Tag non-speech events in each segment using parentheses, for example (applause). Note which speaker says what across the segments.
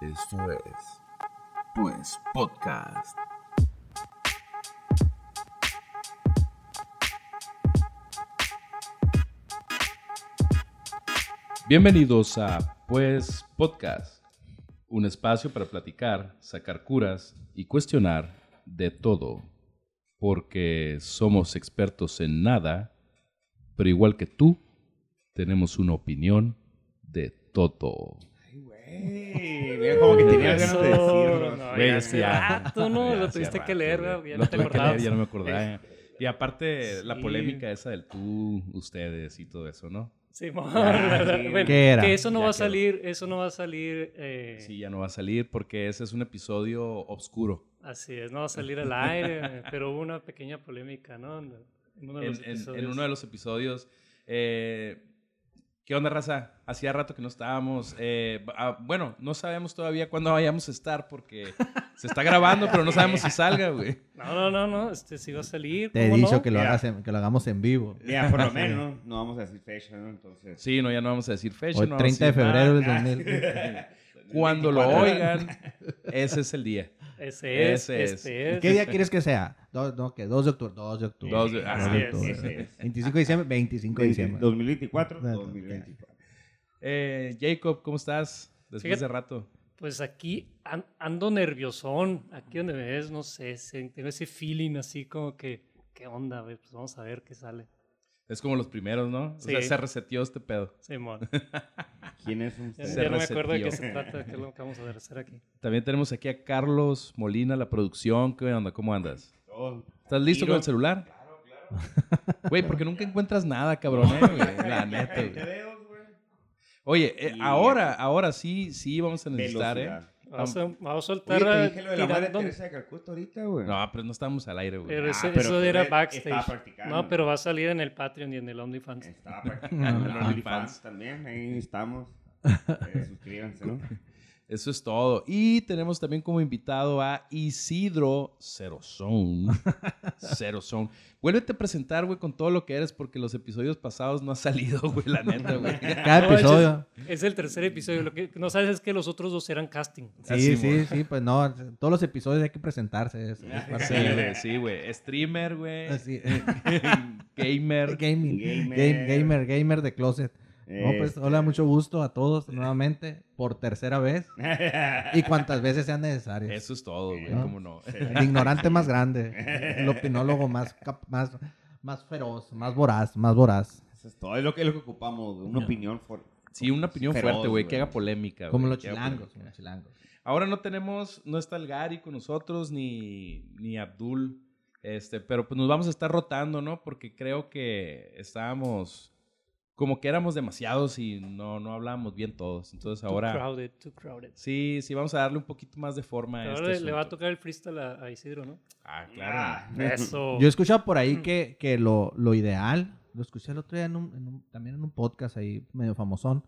Speaker 1: Esto es Pues Podcast.
Speaker 2: Bienvenidos a Pues Podcast, un espacio para platicar, sacar curas y cuestionar de todo, porque somos expertos en nada, pero igual que tú, tenemos una opinión de todo.
Speaker 3: Ey, mira, como que tenía ganas de decirlo.
Speaker 4: No,
Speaker 2: Güey,
Speaker 4: ya
Speaker 2: es
Speaker 4: hace
Speaker 2: que ya-
Speaker 4: rato, ah, ¿no?
Speaker 2: ya
Speaker 4: Lo
Speaker 2: hacía
Speaker 4: tuviste que
Speaker 2: rato,
Speaker 4: leer,
Speaker 2: güey.
Speaker 4: ¿verdad? Ya
Speaker 2: Lo
Speaker 4: no
Speaker 2: tuve
Speaker 4: te
Speaker 2: que leer,
Speaker 4: acordabas.
Speaker 2: ya no me acordaba. eh. Y aparte, la
Speaker 4: Sí.
Speaker 2: polémica esa del tú, ustedes y todo eso, ¿no?
Speaker 4: (laughs) Simón.
Speaker 3: sí,
Speaker 4: Bueno,
Speaker 5: ¿qué era?
Speaker 4: Que eso no
Speaker 2: Ya
Speaker 4: va a
Speaker 2: quedó.
Speaker 4: salir, eso no va a salir, eh,
Speaker 2: Sí, ya no va a salir porque ese es un episodio oscuro.
Speaker 4: así es, no va a salir al aire, (laughs) pero hubo una pequeña polémica, ¿no? En uno de
Speaker 2: en,
Speaker 4: los
Speaker 2: en- en
Speaker 4: episodios.
Speaker 2: uno de los episodios. eh, ¿Qué onda, raza? Hacía rato que no estábamos. eh, ah, bueno, no sabemos todavía cuándo vayamos a estar
Speaker 4: (laughs)
Speaker 2: porque se está grabando, pero no sabemos si salga, güey.
Speaker 4: No, no, no, no, este sí va a salir.
Speaker 5: Te he
Speaker 4: ¿cómo
Speaker 5: dicho
Speaker 4: no?
Speaker 5: que, lo
Speaker 3: Mira.
Speaker 5: hagas en- que lo hagamos en vivo.
Speaker 3: Mira,
Speaker 5: (laughs)
Speaker 3: por lo menos no vamos a decir fecha, ¿no? Entonces.
Speaker 2: Sí, no, ya no vamos a decir fecha.
Speaker 5: Hoy,
Speaker 2: no vamos a
Speaker 5: 30 de
Speaker 2: decir nada.
Speaker 3: Ah,
Speaker 5: febrero del 2000.
Speaker 3: (laughs)
Speaker 2: Cuando lo
Speaker 3: 24
Speaker 2: oigan,
Speaker 5: (laughs)
Speaker 2: ese es el día.
Speaker 4: Ese es,
Speaker 2: Ese es.
Speaker 4: este es.
Speaker 5: ¿Qué día quieres que sea? Do- no, que 2 de octubre. 2 de octubre.
Speaker 2: Dos de-
Speaker 5: Dos
Speaker 2: así
Speaker 5: de
Speaker 2: es,
Speaker 5: octubre.
Speaker 3: así es.
Speaker 5: 25 de diciembre, 25 de diciembre.
Speaker 3: 2024,
Speaker 5: Bueno,
Speaker 3: 2024.
Speaker 2: Eh, Jacob, ¿cómo estás? Después
Speaker 4: Fíjate-
Speaker 2: de rato.
Speaker 4: Pues aquí an- ando nerviosón. Aquí donde me ves, no sé, se- tengo ese feeling así como que, ¿qué onda? güey? Pues vamos a ver qué sale.
Speaker 2: Es como los primeros, ¿no? O
Speaker 4: Sí.
Speaker 2: sea, se reseteó este pedo.
Speaker 4: Simón.
Speaker 3: ¿Quién es un
Speaker 4: Ya,
Speaker 2: Se
Speaker 4: ya no me acuerdo de
Speaker 2: resetió.
Speaker 4: qué se trata, qué es lo que vamos a hacer aquí.
Speaker 2: También tenemos aquí a Carlos Molina, la producción. ¿Qué onda? ¿Cómo andas?
Speaker 3: Oh,
Speaker 2: ¿Estás listo
Speaker 3: Tiro.
Speaker 2: con el celular? Claro, claro. (laughs) Güey, porque nunca encuentras nada, cabrón, eh, güey. (laughs) La neta,
Speaker 3: veinte
Speaker 2: güey.
Speaker 3: dedos, güey.
Speaker 2: Oye, eh,
Speaker 3: Y-
Speaker 2: ahora, ahora sí, sí vamos a necesitar, eh.
Speaker 3: Velocidad.
Speaker 4: Vamos a, vamos a soltar
Speaker 3: Oye, te
Speaker 4: a-
Speaker 3: dije lo de la madre
Speaker 4: tirando-
Speaker 3: Teresa de Calcuta ahorita, güey.
Speaker 2: eh. No, pero no estamos al aire, güey.
Speaker 4: Pero
Speaker 3: Ah,
Speaker 4: ese-
Speaker 3: pero
Speaker 4: eso
Speaker 3: tú
Speaker 4: era
Speaker 3: eres- estaba
Speaker 4: backstage.
Speaker 3: practicando.
Speaker 4: No, pero va a salir en el Patreon y en el OnlyFans.
Speaker 2: (laughs)
Speaker 3: Estaba (laughs) practicando en
Speaker 2: Ah,
Speaker 3: OnlyFans
Speaker 2: fans.
Speaker 3: también, ahí estamos.
Speaker 2: (laughs)
Speaker 3: Eh, suscríbanse, ¿no?
Speaker 2: Eso es todo. Y tenemos también como invitado a Isidro Cerozón. Cerozón. Vuélvete a presentar, güey, con todo lo que eres, porque los episodios pasados no ha salido, (laughs) güey, la neta, güey.
Speaker 5: Cada
Speaker 4: No,
Speaker 5: episodio.
Speaker 4: Es el tercer episodio. Lo que no sabes es que los otros dos eran casting.
Speaker 2: Así,
Speaker 5: Sí, sí, sí, pues no. Todos los episodios hay que presentarse. es- es parte
Speaker 2: Sí,
Speaker 5: de-
Speaker 2: güey, sí, güey. Streamer, güey.
Speaker 5: Así, eh, (laughs)
Speaker 2: Gamer.
Speaker 5: gaming,
Speaker 3: Gamer.
Speaker 5: game- gamer, gamer de closet. No, pues,
Speaker 3: Este-
Speaker 5: hola, mucho gusto a todos nuevamente por tercera vez y cuantas veces sean necesarias.
Speaker 2: Eso es todo, güey.
Speaker 5: ¿No?
Speaker 2: ¿Cómo no?
Speaker 5: El ignorante
Speaker 2: (laughs)
Speaker 5: más grande, el opinólogo más, cap- más, más feroz, más voraz, más voraz.
Speaker 3: (laughs) Eso es todo, es lo que, es lo que ocupamos, güey, una opinión for-
Speaker 2: Sí, una opinión
Speaker 3: Feroz,
Speaker 2: fuerte, güey, que
Speaker 3: güey.
Speaker 2: haga polémica.
Speaker 5: Como
Speaker 2: güey,
Speaker 5: los
Speaker 2: que haga
Speaker 5: chilangos, como
Speaker 2: polémica.
Speaker 5: los chilangos.
Speaker 2: Ahora no tenemos, no está el Gary con nosotros, ni, ni Abdul, este, pero pues nos vamos a estar rotando, ¿no? Porque creo que estábamos, como que éramos demasiados y no, no hablábamos bien todos. Entonces
Speaker 4: Too
Speaker 2: ahora,
Speaker 4: crowded, too crowded.
Speaker 2: sí, sí, vamos a darle un poquito más de forma a
Speaker 4: Ahora
Speaker 2: este
Speaker 4: le, le va a
Speaker 2: asunto.
Speaker 4: tocar el freestyle a, a Isidro,
Speaker 3: (laughs)
Speaker 4: ¿no?
Speaker 2: Ah,
Speaker 3: Ah,
Speaker 2: claro.
Speaker 4: Eso.
Speaker 2: Oh.
Speaker 5: Yo he escuchado por
Speaker 2: Mm.
Speaker 5: ahí que, que lo, lo ideal, lo escuché el otro día en un- en un- también en un podcast ahí medio famosón,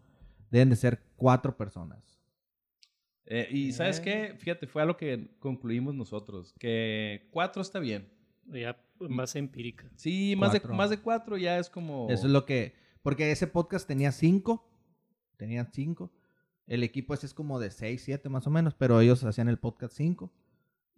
Speaker 5: deben de ser cuatro personas.
Speaker 2: Eh, y ¿sabes
Speaker 4: Eh.
Speaker 2: qué? Fíjate, fue a lo que concluimos nosotros, que cuatro está bien.
Speaker 4: Ya más empírica.
Speaker 2: Sí, más de,
Speaker 5: Cuatro.
Speaker 2: más de cuatro ya es como...
Speaker 5: Eso es lo que. Porque ese podcast tenía cinco. Tenían cinco. El equipo ese es como de seis, siete más o menos. Pero ellos hacían el podcast cinco.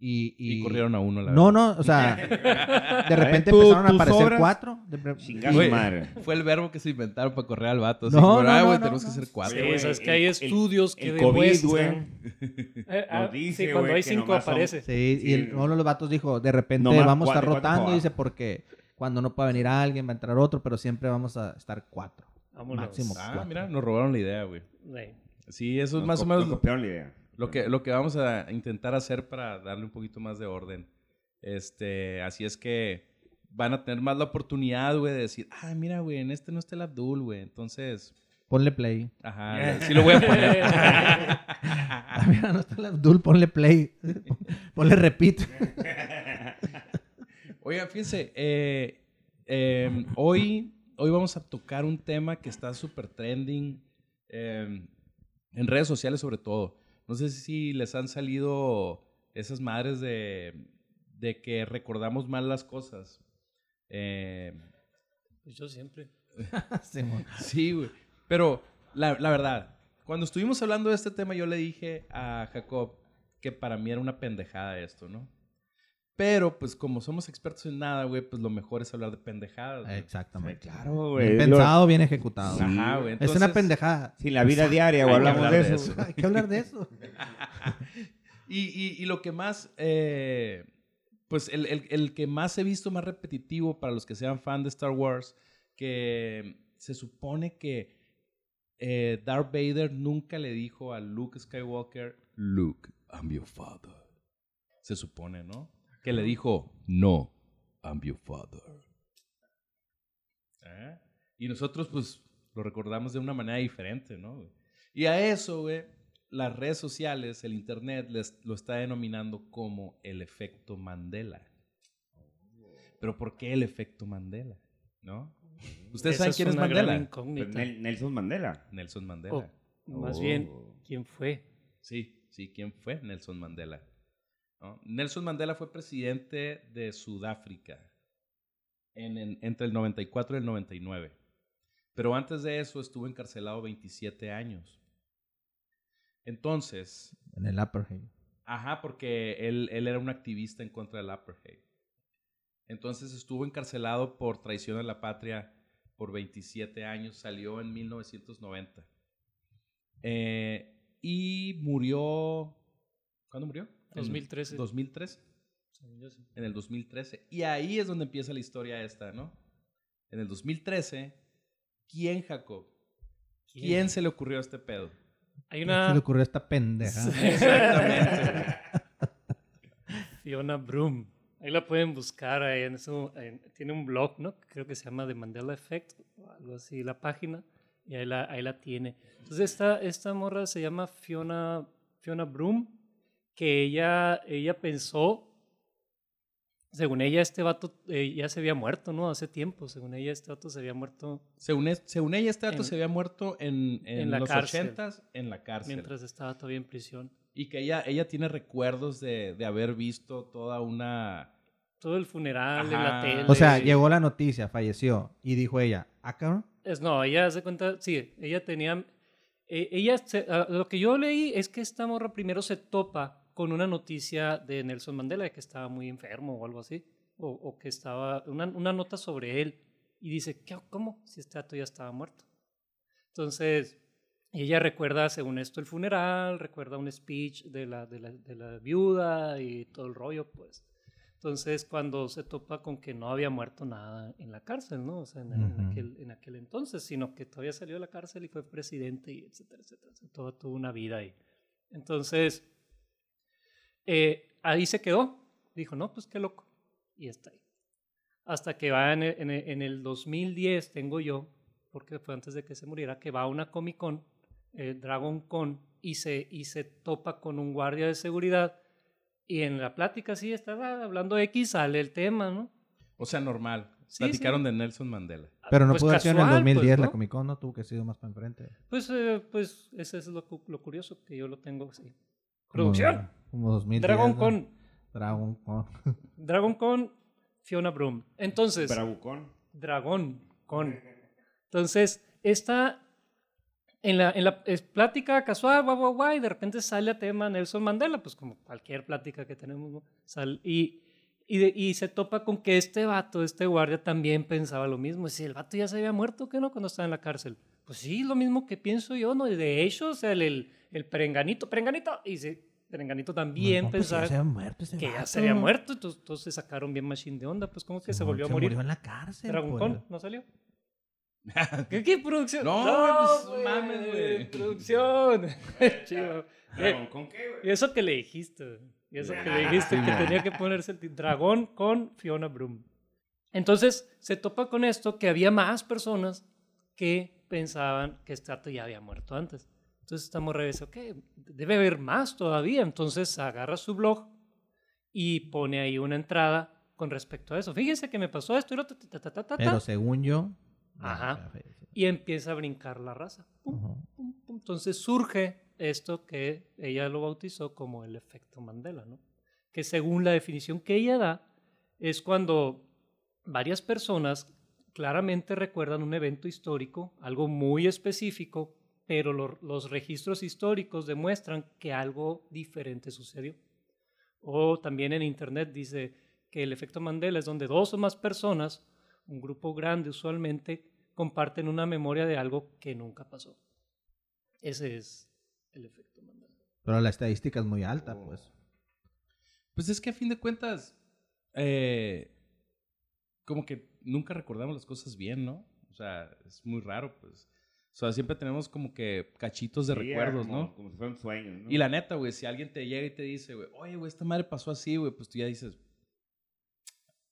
Speaker 5: Y,
Speaker 2: Y,
Speaker 5: y-
Speaker 2: corrieron a uno, la
Speaker 5: No, no, o
Speaker 3: (laughs)
Speaker 5: sea, de repente
Speaker 3: tú-
Speaker 5: empezaron a
Speaker 3: tus
Speaker 5: aparecer
Speaker 3: obras.
Speaker 5: cuatro. de pre-
Speaker 3: Chingar
Speaker 2: Güey.
Speaker 3: su madre.
Speaker 4: (laughs)
Speaker 2: Fue el verbo que se inventaron para correr al vato. No,
Speaker 5: No,
Speaker 2: no,
Speaker 5: no, no,
Speaker 2: güey,
Speaker 5: no,
Speaker 2: tenemos que
Speaker 5: no.
Speaker 2: ser
Speaker 4: Sí,
Speaker 2: cuatro.
Speaker 3: güey,
Speaker 4: sabes
Speaker 3: el-
Speaker 4: que hay
Speaker 3: el-
Speaker 4: estudios que
Speaker 3: el COVID, güey.
Speaker 4: demuestran. Eh, ah,
Speaker 3: dice,
Speaker 4: sí, cuando
Speaker 3: güey,
Speaker 4: hay
Speaker 3: que
Speaker 4: cinco
Speaker 3: nomás son-
Speaker 4: aparece.
Speaker 5: Sí, y el-
Speaker 3: Sí.
Speaker 5: uno de los vatos dijo, de repente
Speaker 3: Nomás
Speaker 5: vamos a
Speaker 3: cuatro,
Speaker 5: estar
Speaker 3: cuatro
Speaker 5: rotando.
Speaker 3: jodas.
Speaker 5: Dice, porque cuando no pueda venir alguien, va a entrar otro, pero siempre vamos a estar cuatro.
Speaker 4: Vámonos.
Speaker 5: Máximo.
Speaker 2: Ah,
Speaker 5: Cuatro.
Speaker 2: mira, nos robaron la idea, güey.
Speaker 4: Sí.
Speaker 2: Sí, eso es
Speaker 3: Nos
Speaker 2: más o
Speaker 3: co-
Speaker 2: menos
Speaker 3: nos copiaron la idea.
Speaker 2: lo que, lo que vamos a intentar hacer para darle un poquito más de orden. Este, así es que van a tener más la oportunidad, güey, de decir, ah, mira, güey, en este no está el Abdul, güey. Entonces,
Speaker 5: Ponle
Speaker 3: (laughs)
Speaker 5: play.
Speaker 2: (laughs) ajá, sí lo voy a poner. (laughs)
Speaker 5: Ah, mira, no está el Abdul, ponle play. (laughs) Ponle (laughs)
Speaker 3: (laughs)
Speaker 5: repito.
Speaker 2: Oigan, fíjense, eh, eh, hoy, hoy vamos a tocar un tema que está súper trending eh, en redes sociales sobre todo. No sé si les han salido esas madres de, de que recordamos mal las cosas. Eh,
Speaker 4: Pues yo siempre.
Speaker 5: Simón.
Speaker 2: sí, güey. Pero la, la verdad, Cuando estuvimos hablando de este tema, yo le dije a Jacob que para mí era una pendejada esto, ¿no? Pero, pues, como somos expertos en nada, güey, pues lo mejor es hablar de pendejadas. güey.
Speaker 5: ah, Exactamente.
Speaker 3: Claro,
Speaker 5: Bien
Speaker 3: güey.
Speaker 5: pensado, bien ejecutado.
Speaker 3: Sí.
Speaker 2: Ajá, güey.
Speaker 5: es
Speaker 2: entonces-
Speaker 5: una pendejada.
Speaker 3: Si la (laughs) vida diaria, o
Speaker 2: Hay que
Speaker 3: hablamos de
Speaker 2: hablar de
Speaker 3: eso.
Speaker 2: eso.
Speaker 5: Hay que hablar de eso.
Speaker 2: Y, y- y lo que más, eh, pues el, el- el que más he visto más repetitivo para los que sean fan de Star Wars, que se supone que eh, Darth Vader nunca le dijo a Luke Skywalker, Luke, I'm your father. Se supone, ¿no? Que le dijo, no, I'm your father. ¿Eh? Y nosotros, pues, lo recordamos de una manera diferente, ¿no? güey? Y a eso, güey, las redes sociales, el internet, les- lo está denominando como el efecto Mandela. Pero ¿por qué el efecto Mandela? ¿No? ¿Ustedes
Speaker 4: Esa
Speaker 2: saben quién es
Speaker 4: una gran
Speaker 2: Mandela?
Speaker 4: incógnita.
Speaker 3: (laughs) Pues Nel- Nelson Mandela.
Speaker 2: Nelson Mandela.
Speaker 4: O, más
Speaker 3: Oh.
Speaker 4: bien, ¿quién fue?
Speaker 2: Sí, sí, ¿quién fue Nelson Mandela? ¿No? Nelson Mandela fue presidente de Sudáfrica en- en- entre el 94 y el 99. Pero antes de eso estuvo encarcelado 27 años. Entonces,
Speaker 5: En el Upper Hill.
Speaker 2: Ajá, porque él, él era un activista en contra del apartheid. Entonces estuvo encarcelado por traición a la patria por 27 años, salió en 1990. Eh, y murió, ¿cuándo murió? En
Speaker 4: 2013.
Speaker 2: 2013, en el 2013. Y ahí es donde empieza la historia esta, ¿no? En el 2013, ¿quién, Jacob? ¿Quién, se le ocurrió este pedo?
Speaker 4: Hay
Speaker 5: ¿Qué
Speaker 4: (laughs)
Speaker 5: se le
Speaker 4: una
Speaker 5: ocurrió a esta pendeja?
Speaker 3: (laughs)
Speaker 2: Exactamente.
Speaker 4: Fiona Broom. Ahí la pueden buscar. ahí en su- en- tiene un blog, ¿no? Creo que se llama The Mandela Effect, o algo así, la página. Y ahí la, ahí la tiene. Entonces, esta, esta morra se llama Fiona, Fiona Broom, que ella, ella pensó, según ella, este vato eh, ya se había muerto, ¿no? Hace tiempo, según ella, este vato se había muerto
Speaker 2: Según, es- según ella, este dato
Speaker 4: En-
Speaker 2: se había muerto en, en
Speaker 4: en la
Speaker 2: los
Speaker 4: cárcel.
Speaker 2: ochentas en la cárcel.
Speaker 4: mientras estaba todavía en prisión.
Speaker 2: Y que ella, ella tiene recuerdos de, de haber visto toda una...
Speaker 4: Todo el funeral en
Speaker 2: Ajá.
Speaker 4: la tele.
Speaker 5: O sea, llegó la noticia, falleció. Y dijo ella, ah, cabrón.
Speaker 4: Es, no, ella se cuenta, sí, ella tenía, e- ella, se- a- lo que yo leí es que esta morra primero se topa con una noticia de Nelson Mandela, de que estaba muy enfermo o algo así, o, o que estaba, una, una nota sobre él, y dice, ¿qué, ¿cómo? Si este dato ya estaba muerto. Entonces, ella recuerda, según esto, el funeral, recuerda un speech de la, de la, de la viuda y todo el rollo, pues. Entonces, cuando se topa con que no había muerto nada en la cárcel, ¿no? O sea, en, en
Speaker 5: Ujú.
Speaker 4: aquel, en aquel entonces, sino que todavía salió de la cárcel y fue presidente y etcétera, etcétera. O sea, todo tuvo una vida ahí. Entonces, eh, ahí se quedó. Dijo, no, pues qué loco. Y está ahí. Hasta que va en el, en el- en el 2010, tengo yo, porque fue antes de que se muriera, que va a una Comic Con, eh, Dragon Con, y se, y se topa con un guardia de seguridad. Y en la plática, sí, estaba hablando X, sale el tema, ¿no?
Speaker 2: O sea, normal.
Speaker 4: Sí,
Speaker 2: Platicaron de Nelson Mandela.
Speaker 5: Pero no
Speaker 4: Pues
Speaker 5: pudo haber sido en el
Speaker 4: casual,
Speaker 5: 2010
Speaker 4: pues,
Speaker 5: la
Speaker 4: ¿no?
Speaker 5: Comic Con, ¿no? Tuvo que haber sido más para enfrente.
Speaker 4: Pues, eh, pues ese es lo, cu- lo curioso que yo lo tengo, sí.
Speaker 5: Como-
Speaker 4: Producción.
Speaker 5: Como 2010.
Speaker 4: Dragon
Speaker 5: ¿no?
Speaker 4: Con,
Speaker 5: Dragon Con.
Speaker 4: Dragon Con, Fiona Broom. Entonces,
Speaker 3: Bravucón.
Speaker 4: Dragón con. Entonces, esta en la, en la es plática casual, guau, guau, guau, y de repente sale a tema Nelson Mandela, pues como cualquier plática que tenemos, ¿no? Sal- y, y, de- y se topa con que este vato, este guardia, también pensaba lo mismo. Si el vato ya se había muerto, ¿qué no? Cuando estaba en la cárcel. Pues sí, lo mismo que pienso yo, ¿no? Y de hecho, o sea, el, el, el perenganito, perenganito, y se, perenganito también
Speaker 5: No, pues,
Speaker 4: pensaba
Speaker 5: ya se había muerto ese
Speaker 4: que ya
Speaker 5: vato.
Speaker 4: se había muerto, entonces, entonces se sacaron bien machine de onda, pues como que se
Speaker 5: Simón,
Speaker 4: volvió a morir.
Speaker 5: Se murió en la cárcel. pues,
Speaker 4: Dragon
Speaker 5: por
Speaker 4: Con,
Speaker 5: el-
Speaker 4: ¿no
Speaker 2: (laughs)
Speaker 4: salió? ¿Qué, qué producción?
Speaker 2: No, güey, pues, no
Speaker 4: güey,
Speaker 2: mames, güey. (laughs)
Speaker 4: Producción. (laughs) Chido. Eh,
Speaker 3: ¿Con qué, güey?
Speaker 4: y eso que le dijiste, güey. y eso que
Speaker 2: Ah,
Speaker 4: le dijiste que tenía que ponerse el ti- dragón con Fiona Broom. Entonces se topa con esto que había más personas que pensaban que este gato ya había muerto antes. Entonces esta morra dice, ok, debe haber más todavía. Entonces agarra su blog y pone ahí una entrada con respecto a eso. Fíjense que me pasó esto y lo ta, ta, ta, ta, ta, ta,
Speaker 5: Pero según yo.
Speaker 4: Ajá.
Speaker 5: ya, ya, ya.
Speaker 4: y empieza a brincar la raza. Pum,
Speaker 5: Ajá.
Speaker 4: pum, pum. Entonces surge esto que ella lo bautizó como el efecto Mandela, ¿no? Que según la definición que ella da, es cuando varias personas claramente recuerdan un evento histórico, algo muy específico, pero lo- los registros históricos demuestran que algo diferente sucedió. O también en Internet dice que el efecto Mandela es donde dos o más personas, un grupo grande usualmente, comparten una memoria de algo que nunca pasó. Ese es el efecto Mandela.
Speaker 5: Pero la estadística es muy alta,
Speaker 4: (laughs)
Speaker 5: pues.
Speaker 2: Pues es que a fin de cuentas, eh, como que nunca recordamos las cosas bien, ¿no? O sea, es muy raro, pues. O sea, siempre tenemos como que cachitos de
Speaker 3: Sí, era
Speaker 2: recuerdos,
Speaker 3: como-
Speaker 2: ¿no?
Speaker 3: Como si fueran sueños, ¿no?
Speaker 2: Y la neta, güey, si alguien te llega y te dice, güey, oye, güey, esta madre pasó así, güey, pues tú ya dices,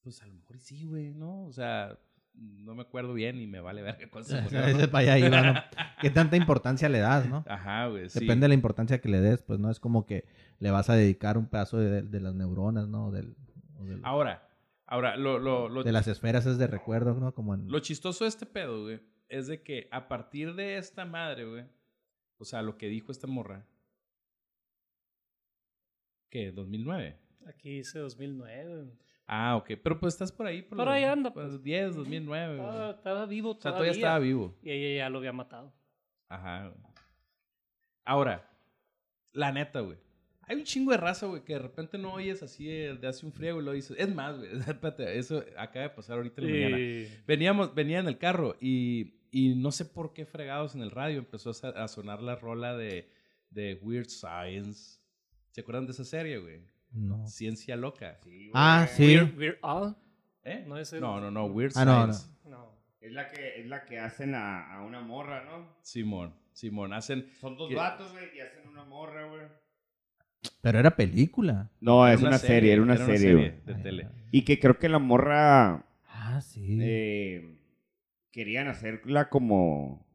Speaker 2: pues a lo mejor y sí, güey, ¿no? O sea, no me acuerdo bien y me vale ver qué
Speaker 5: (laughs)
Speaker 2: cosa.
Speaker 5: Ah, Ese para allá iba, ¿no? ¿Qué tanta importancia le das, no?
Speaker 2: Ajá, güey, sí.
Speaker 5: Depende de la importancia que le des, pues no es como que le vas a dedicar un pedazo de, de las neuronas, ¿no? Del- o
Speaker 4: Ah,
Speaker 5: del-
Speaker 2: Ahora, ahora, lo, lo, lo,
Speaker 5: de las esferas es de recuerdo, ¿no? Como en...
Speaker 2: Lo chistoso de este pedo, güey, es de que a partir de esta madre, güey, o sea, lo que dijo esta morra, ¿qué? ¿2009?
Speaker 4: Aquí dice 2009.
Speaker 2: Ah, ok, pero pues estás por ahí. Por,
Speaker 4: Por
Speaker 2: los-
Speaker 4: ahí anda,
Speaker 2: por los 10, 2009, güey.
Speaker 4: Estaba,
Speaker 2: O
Speaker 4: estaba vivo
Speaker 2: sea,
Speaker 4: todavía.
Speaker 2: todavía estaba vivo.
Speaker 4: Y ella ya lo había matado.
Speaker 2: Ajá, güey. Ahora, la neta, güey. Hay un chingo de raza, güey, que de repente no oyes así de, de hace un friego y lo dices. Es más, güey, (laughs) espérate, eso acaba de pasar ahorita en la mañana.
Speaker 4: Eh,
Speaker 2: Veníamos, venía en el carro y, y no sé por qué fregados en el radio empezó a, sa- a sonar la rola de, de Weird Science. ¿Se acuerdan de esa serie, güey?
Speaker 5: No.
Speaker 2: Ciencia loca.
Speaker 3: Sí, güey.
Speaker 5: Ah, sí.
Speaker 4: We're, we're all.
Speaker 2: ¿Eh?
Speaker 4: No es el-
Speaker 2: no, no, no, Weird
Speaker 5: Ah, no,
Speaker 2: Science.
Speaker 4: No.
Speaker 3: Es la que, es la que hacen a, a una morra, ¿no?
Speaker 2: Simón, Simón, hacen
Speaker 3: Son dos
Speaker 2: ¿Qué?
Speaker 3: vatos, güey, y hacen una morra, güey.
Speaker 5: Pero era película.
Speaker 3: No,
Speaker 2: era
Speaker 3: Ah, es una, serie, era una serie, güey.
Speaker 2: de
Speaker 5: Ay,
Speaker 2: tele.
Speaker 3: Y que creo que la morra
Speaker 5: Ah, sí.
Speaker 3: eh, querían hacerla como...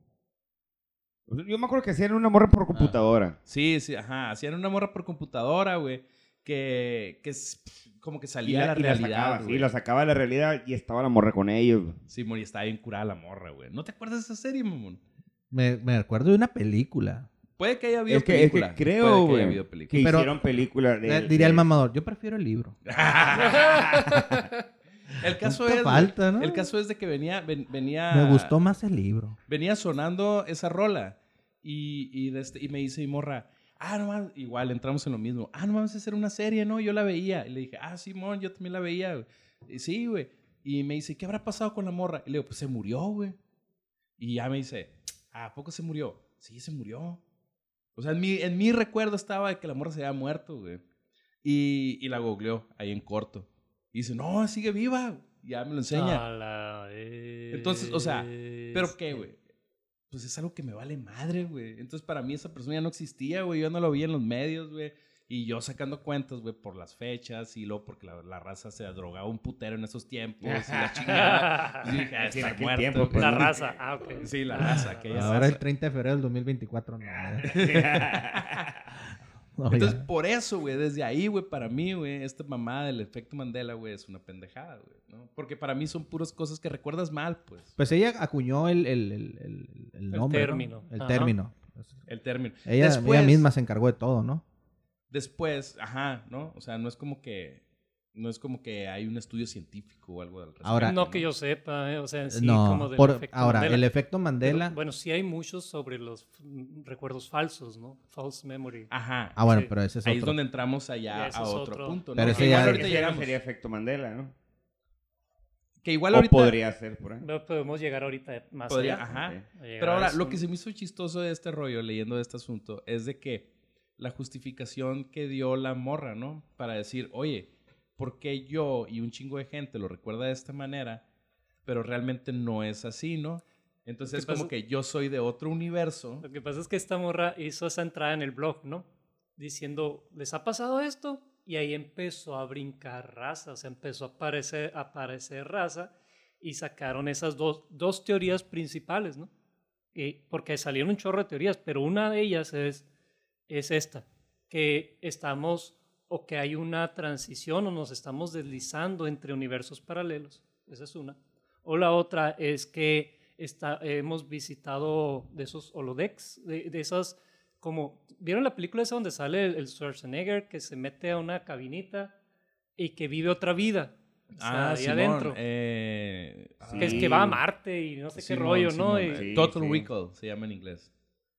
Speaker 3: Yo me acuerdo que hacían una morra por computadora.
Speaker 2: Sí, sí, ajá, hacían una morra por computadora, güey, que, que es- como que
Speaker 3: Y
Speaker 2: salía
Speaker 3: la,
Speaker 2: la,
Speaker 3: y la
Speaker 2: realidad,
Speaker 3: sacaba, sí,
Speaker 2: güey.
Speaker 3: la sacaba de la realidad y estaba la morra con ellos. güey.
Speaker 2: Simón, y estaba bien curada la morra, güey. ¿No te acuerdas de esa serie, mamón?
Speaker 5: Me, me acuerdo de una película.
Speaker 2: Puede que haya habido
Speaker 3: Es que, es que
Speaker 2: película. Puede
Speaker 3: creo,
Speaker 2: que haya
Speaker 3: güey,
Speaker 2: habido
Speaker 3: que, (laughs)
Speaker 2: película. (laughs)
Speaker 5: Pero-
Speaker 3: hicieron película de...
Speaker 5: Eh, Diría el
Speaker 3: (laughs) de-
Speaker 5: mamador, yo prefiero el libro.
Speaker 2: El caso
Speaker 5: Tanta
Speaker 2: es.
Speaker 5: falta, ¿no?
Speaker 2: El caso es de que venía, ven- venía.
Speaker 5: Me gustó más el libro.
Speaker 2: Venía sonando esa rola. Y, y, de este- y me dice mi morra. Ah, no mames. Igual entramos en lo mismo. Ah, no mames, esa era una serie, ¿no? Yo la veía. Y le dije, ah, Simón, yo también la veía. güey". Y sí, güey. Y me dice, ¿qué habrá pasado con la morra? Y le digo, pues se murió, güey. Y ya me dice, "Ah, ¿a poco se murió? Sí, se murió. O sea, en mi, en mi recuerdo estaba de que la morra se había muerto, güey. Y, y la googleó ahí en corto. Y dice, no, sigue viva. Ya me lo enseña.
Speaker 4: A la vez.
Speaker 2: Entonces, o sea, ¿Pero qué,
Speaker 4: (laughs)
Speaker 2: güey? Pues es algo que me vale madre, güey. Entonces, para mí esa persona ya no existía, güey. Yo no lo vi en los medios, güey. Y yo sacando cuentas, güey, por las fechas y luego porque la, la raza se drogaba un putero en esos tiempos. y la
Speaker 3: (laughs)
Speaker 2: chingada. Pues yo dije, ah,
Speaker 3: Sí, en
Speaker 2: está
Speaker 3: aquel
Speaker 2: muerto,
Speaker 3: tiempo,
Speaker 2: güey.
Speaker 3: pues.
Speaker 4: La raza. Ah, ok.
Speaker 2: Sí, la raza,
Speaker 4: (laughs)
Speaker 2: aquella
Speaker 5: Ahora
Speaker 2: raza.
Speaker 5: el 30 de febrero del 2024, no.
Speaker 3: (laughs)
Speaker 5: No, ya.
Speaker 2: Entonces, por eso, güey, desde ahí, güey, para mí, güey, esta mamada del efecto Mandela, güey, es una pendejada, güey, ¿no? Porque para mí son puras cosas que recuerdas mal, pues,
Speaker 5: Pues ella acuñó el, el, el, el- el nombre. ¿no?
Speaker 4: término.
Speaker 5: El
Speaker 4: Ajá.
Speaker 5: término.
Speaker 2: el término.
Speaker 5: Ella,
Speaker 2: Después-
Speaker 5: ella misma se encargó de todo, ¿no?
Speaker 2: después, ajá, ¿no? O sea, no es como que no es como que hay un estudio científico o algo del respecto.
Speaker 5: Ahora-
Speaker 4: No que yo sepa, eh, o sea, en sí, como
Speaker 5: no,
Speaker 4: del
Speaker 5: por-
Speaker 4: efecto
Speaker 5: ahora,
Speaker 4: Mandela.
Speaker 5: el efecto
Speaker 4: Pero,
Speaker 5: Mandela.
Speaker 4: bueno, sí hay muchos sobre los mm, recuerdos falsos, ¿no? False memory.
Speaker 2: Ajá.
Speaker 5: ah, bueno,
Speaker 4: sí.
Speaker 5: pero ese es
Speaker 2: Ahí es
Speaker 5: otro.
Speaker 2: donde entramos allá
Speaker 4: Ya, ese
Speaker 2: a
Speaker 4: es
Speaker 2: otro,
Speaker 4: otro.
Speaker 2: punto, ¿no?
Speaker 5: Pero
Speaker 2: que
Speaker 5: ese
Speaker 2: igual
Speaker 5: ya-
Speaker 2: ahorita
Speaker 3: Ese ya no
Speaker 2: llegamos.
Speaker 3: sería efecto Mandela, ¿no?
Speaker 2: Que igual
Speaker 3: O
Speaker 2: ahorita
Speaker 3: podría ser por ahí.
Speaker 4: No podemos llegar ahorita más
Speaker 2: podría,
Speaker 4: allá.
Speaker 2: ajá.
Speaker 3: Ok.
Speaker 4: A llegar
Speaker 2: Pero
Speaker 4: a
Speaker 2: ahora,
Speaker 4: eso,
Speaker 2: lo
Speaker 4: ¿no?
Speaker 2: que se me hizo chistoso de este rollo, leyendo de este asunto, es de que la justificación que dio la morra, ¿no? Para decir, oye, ¿por qué yo y un chingo de gente lo recuerda de esta manera, pero realmente no es así, ¿no? Entonces
Speaker 4: ¿Qué
Speaker 2: es como
Speaker 4: pasa?
Speaker 2: que yo soy de otro universo.
Speaker 4: Lo que pasa es que esta morra hizo esa entrada en el blog, ¿no? Diciendo, ¿les ha pasado esto? Y ahí empezó a brincar raza, o sea, empezó a aparecer, a aparecer raza y sacaron esas dos, dos teorías principales, ¿no? Y- porque salieron un chorro de teorías, pero una de ellas es, es esta, que estamos o que hay una transición o nos estamos deslizando entre universos paralelos, esa es una. O la otra es que está, hemos visitado de esos holodecks, de, de esas como... ¿Vieron la película esa donde sale el, el Schwarzenegger que se mete a una cabinita y que vive otra vida? O sea, ahí
Speaker 2: Simón,
Speaker 4: adentro.
Speaker 2: eh,
Speaker 3: Ah,
Speaker 4: que es que va a Marte y no sé qué
Speaker 2: Simón,
Speaker 4: rollo, ¿no?
Speaker 2: Simón,
Speaker 4: Y-
Speaker 2: eh,
Speaker 3: Sí,
Speaker 2: Total
Speaker 3: sí.
Speaker 2: Recall se llama en inglés.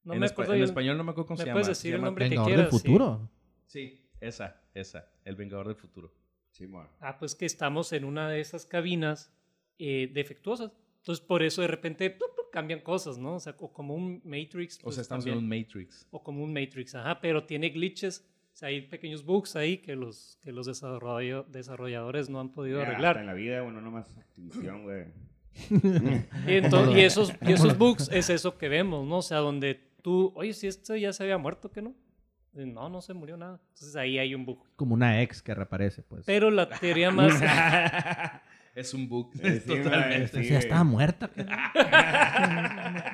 Speaker 4: No
Speaker 2: en,
Speaker 4: me
Speaker 2: espa-
Speaker 4: acuerdo
Speaker 2: en
Speaker 4: el-
Speaker 2: español no me acuerdo cómo
Speaker 4: ¿me
Speaker 2: se llama.
Speaker 4: puedes
Speaker 2: se
Speaker 4: decir el
Speaker 2: llama-
Speaker 4: nombre? que
Speaker 5: Vengador del
Speaker 4: quieras, sí.
Speaker 5: futuro.
Speaker 2: Sí, esa, esa. El Vengador del Futuro.
Speaker 3: Simón.
Speaker 4: Ah, pues que estamos en una de esas cabinas eh, defectuosas. Entonces, por eso de repente plup, plup, cambian cosas, ¿no? O sea, o como un Matrix.
Speaker 2: O
Speaker 4: pues,
Speaker 2: sea, estamos
Speaker 4: también.
Speaker 2: en un Matrix.
Speaker 4: O como un Matrix, ajá, pero tiene glitches. O sea, hay pequeños bugs ahí que los, que los desarrollo- desarrolladores no han podido
Speaker 3: Mira, hasta
Speaker 4: arreglar.
Speaker 3: en la vida, bueno, nomás Activision, güey.
Speaker 4: Y, ento- y esos,
Speaker 2: (laughs)
Speaker 4: y esos bugs es eso que vemos, ¿no? O sea, donde tú, oye, si esto ya se había muerto, ¿qué no? Y No, no se murió nada. Entonces ahí hay un bug.
Speaker 5: Como una ex que reaparece, pues.
Speaker 4: Pero la teoría más...
Speaker 2: Es un bug. (laughs)
Speaker 3: Sí,
Speaker 2: totalmente.
Speaker 5: Entonces, ya
Speaker 3: güey.
Speaker 5: Este, estaba muerta.
Speaker 2: (laughs)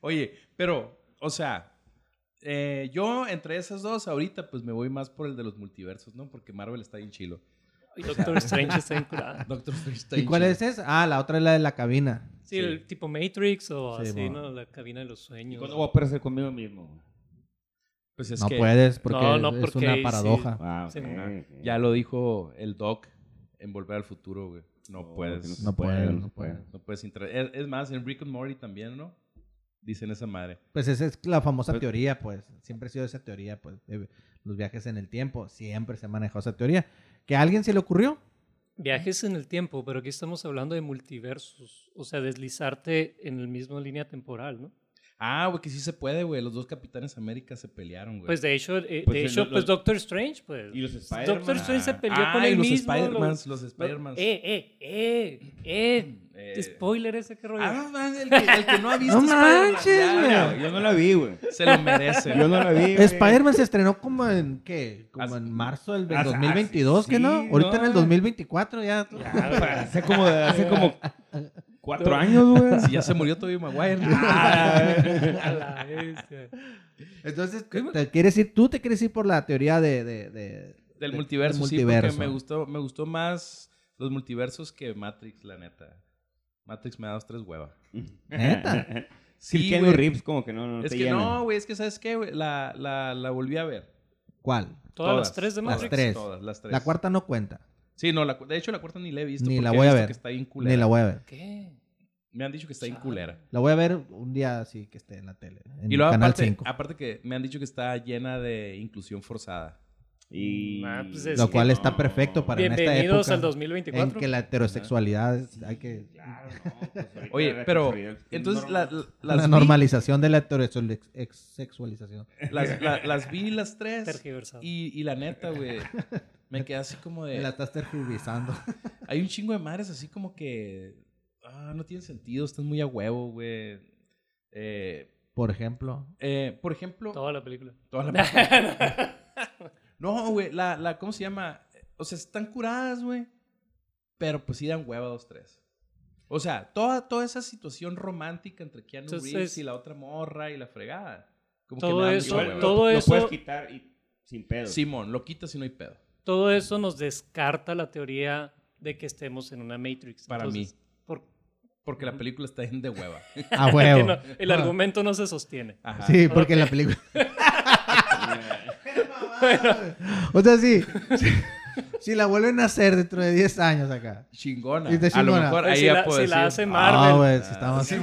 Speaker 2: Oye, pero, o sea, eh, yo entre esas dos, ahorita pues me voy más por el de los multiversos, ¿no? Porque Marvel está bien chilo.
Speaker 4: Doctor Strange está incurada.
Speaker 2: (laughs) Doctor Strange está
Speaker 5: ¿Y
Speaker 2: bien
Speaker 5: cuál
Speaker 2: chilo.
Speaker 5: es esa? Ah, la otra es la de la cabina.
Speaker 4: Sí, el tipo Matrix o
Speaker 5: Sí,
Speaker 4: así,
Speaker 5: mo.
Speaker 4: ¿no? La cabina de los sueños.
Speaker 3: ¿Cuándo voy a aparecer conmigo mismo? güey?
Speaker 2: Pues es
Speaker 5: no
Speaker 2: que
Speaker 5: puedes porque,
Speaker 4: No, no,
Speaker 5: es
Speaker 4: porque
Speaker 5: una
Speaker 4: ahí sí-
Speaker 5: paradoja.
Speaker 3: Ah, ok,
Speaker 4: Simón.
Speaker 3: ok.
Speaker 2: ya lo dijo el Doc en Volver al Futuro, güey. No,
Speaker 3: No,
Speaker 2: puedes.
Speaker 5: no puedes, no puedes.
Speaker 2: No puedes entrar. Es, es más, en Rick and Morty también, ¿no? Dicen esa madre.
Speaker 5: Pues esa es la famosa teoría, pues. Siempre ha sido esa teoría, pues. de los viajes en el tiempo. Siempre se manejó esa teoría. ¿Que a alguien se le ocurrió?
Speaker 4: Viajes en el tiempo, pero aquí estamos hablando de multiversos. O sea, deslizarte en la misma línea temporal, ¿no?
Speaker 2: Ah, güey, que sí se puede, güey. Los dos Capitanes América se pelearon, güey.
Speaker 4: Pues de hecho, eh,
Speaker 3: Pues
Speaker 4: de
Speaker 3: en
Speaker 4: hecho
Speaker 3: los-
Speaker 4: pues
Speaker 3: los-
Speaker 4: Doctor Strange, pues.
Speaker 3: ¿Y los Spider-Man?
Speaker 4: Doctor Strange se peleó
Speaker 2: Ah,
Speaker 4: con
Speaker 2: y
Speaker 4: el
Speaker 2: los
Speaker 4: mismo.
Speaker 2: Spider-Mans, los
Speaker 4: los-
Speaker 2: Spider-Mans.
Speaker 4: Eh, eh, eh, eh.
Speaker 2: Eh.
Speaker 4: Spoiler ese que rollo.
Speaker 2: Ah, man, el que, el que no ha visto
Speaker 5: No
Speaker 2: Spider-Man,
Speaker 5: manches,
Speaker 2: ya,
Speaker 5: güey.
Speaker 3: Mira, güey, Yo no la vi, güey.
Speaker 2: Se lo merece.
Speaker 3: Yo no
Speaker 5: (laughs)
Speaker 3: la vi. güey.
Speaker 5: Spider-Man se estrenó como en, ¿qué? Como
Speaker 2: Hace- ah,
Speaker 5: en marzo del
Speaker 3: hace-
Speaker 5: 2022, ¿qué
Speaker 3: sí,
Speaker 5: no? Ahorita en el
Speaker 3: no.
Speaker 5: 2024 ya...
Speaker 3: Hace como, hace como cuatro años, güey.
Speaker 2: Si ya se murió Tobey Maguire.
Speaker 4: (laughs)
Speaker 3: Ah.
Speaker 2: (laughs) Ah.
Speaker 3: (laughs)
Speaker 4: A la bestia.
Speaker 5: Entonces, ¿te quieres ir? ¿Tú te quieres ir por la teoría de... de- de-
Speaker 2: Del
Speaker 5: de-
Speaker 2: multiverso,
Speaker 5: del
Speaker 2: sí,
Speaker 5: multiverso?
Speaker 2: porque me gustó, me gustó más los multiversos que Matrix, la neta. Matrix me ha dado tres huevas.
Speaker 5: ¿Neta?
Speaker 3: Sí,
Speaker 2: Sí,
Speaker 3: Keanu
Speaker 2: güey.
Speaker 3: Reeves como que no, no
Speaker 2: Es
Speaker 3: te
Speaker 2: que
Speaker 3: llena.
Speaker 2: no, güey, es que ¿sabes qué? güey? La, la, la volví a ver.
Speaker 5: ¿Cuál?
Speaker 4: Todas las tres de
Speaker 2: todas,
Speaker 4: Matrix.
Speaker 5: tres.
Speaker 2: Todas, las tres.
Speaker 5: La cuarta no cuenta.
Speaker 2: Sí, no, la cu- de hecho la cuarta ni la he visto.
Speaker 5: Ni
Speaker 2: porque
Speaker 5: la
Speaker 2: he
Speaker 5: voy a
Speaker 2: visto
Speaker 5: ver.
Speaker 2: Que está bien culera.
Speaker 5: Ni la voy a ver.
Speaker 4: ¿Qué?
Speaker 2: Me han dicho que está bien
Speaker 4: Chale.
Speaker 2: culera.
Speaker 5: La voy a ver un día así que esté en la tele. En
Speaker 2: Y luego
Speaker 5: Canal
Speaker 2: aparte,
Speaker 5: 5.
Speaker 2: aparte que me han dicho que está llena de inclusión forzada.
Speaker 3: Y...
Speaker 4: Ah, pues es
Speaker 5: Lo
Speaker 4: que
Speaker 5: cual
Speaker 4: no.
Speaker 5: está perfecto para en esta
Speaker 4: Bienvenidos
Speaker 5: época.
Speaker 4: al
Speaker 5: En
Speaker 4: 2024.
Speaker 5: que la heterosexualidad es- hay que...
Speaker 3: Claro, no, pues ahorita
Speaker 2: Oye,
Speaker 3: la
Speaker 2: pero
Speaker 3: sexualidad es
Speaker 2: entonces la-
Speaker 3: normal.
Speaker 2: la- las,
Speaker 5: La
Speaker 2: vi-
Speaker 5: normalización de la heterosexualización.
Speaker 2: las,
Speaker 5: (laughs)
Speaker 2: la- las vi las tres
Speaker 4: Tergiversado.
Speaker 2: y, y la neta, güey, me quedé así como
Speaker 5: Me la
Speaker 2: de... (laughs)
Speaker 5: estás tergiversando.
Speaker 2: Hay un chingo de madres así como que... Ah, no tiene sentido, estás muy a huevo, güey. Eh, (laughs)
Speaker 5: Por ejemplo,
Speaker 2: eh, por ejemplo...
Speaker 4: Toda la película.
Speaker 2: Toda
Speaker 4: (laughs)
Speaker 2: la- no, güey, la, la, ¿cómo se llama? O sea, están curadas, güey. Pero pues sí dan hueva dos, tres. O sea, toda, toda esa situación romántica entre Keanu
Speaker 4: Entonces-
Speaker 2: Reeves y la otra morra y la fregada. Como
Speaker 4: Todo
Speaker 2: me da
Speaker 4: eso-
Speaker 2: mucha hueva.
Speaker 4: todo
Speaker 3: lo,
Speaker 4: eso-
Speaker 3: Lo puedes quitar y sin pedo.
Speaker 2: Simón, lo quitas y no hay pedo.
Speaker 4: Todo eso nos descarta la teoría de que estemos en una Matrix.
Speaker 2: Para
Speaker 4: Entonces, por-
Speaker 2: Porque la película está en de hueva.
Speaker 5: a
Speaker 4: que
Speaker 5: huevo.
Speaker 4: no- (laughs) el
Speaker 2: Ah.
Speaker 4: argumento no se sostiene.
Speaker 2: Ajá.
Speaker 5: Sí, porque
Speaker 2: (laughs)
Speaker 5: la película... o sea, sí. sí, Si la vuelven a hacer dentro de 10 años acá.
Speaker 2: Chingona.
Speaker 5: Y de
Speaker 2: A lo
Speaker 5: chingona.
Speaker 2: mejor
Speaker 4: Pues
Speaker 2: ahí
Speaker 4: si
Speaker 2: ya
Speaker 4: la-
Speaker 2: puedo
Speaker 4: si la
Speaker 2: decir,
Speaker 4: hace
Speaker 2: "Ah,
Speaker 4: Marvel.
Speaker 5: Ah, güey, si estamos...
Speaker 2: sí,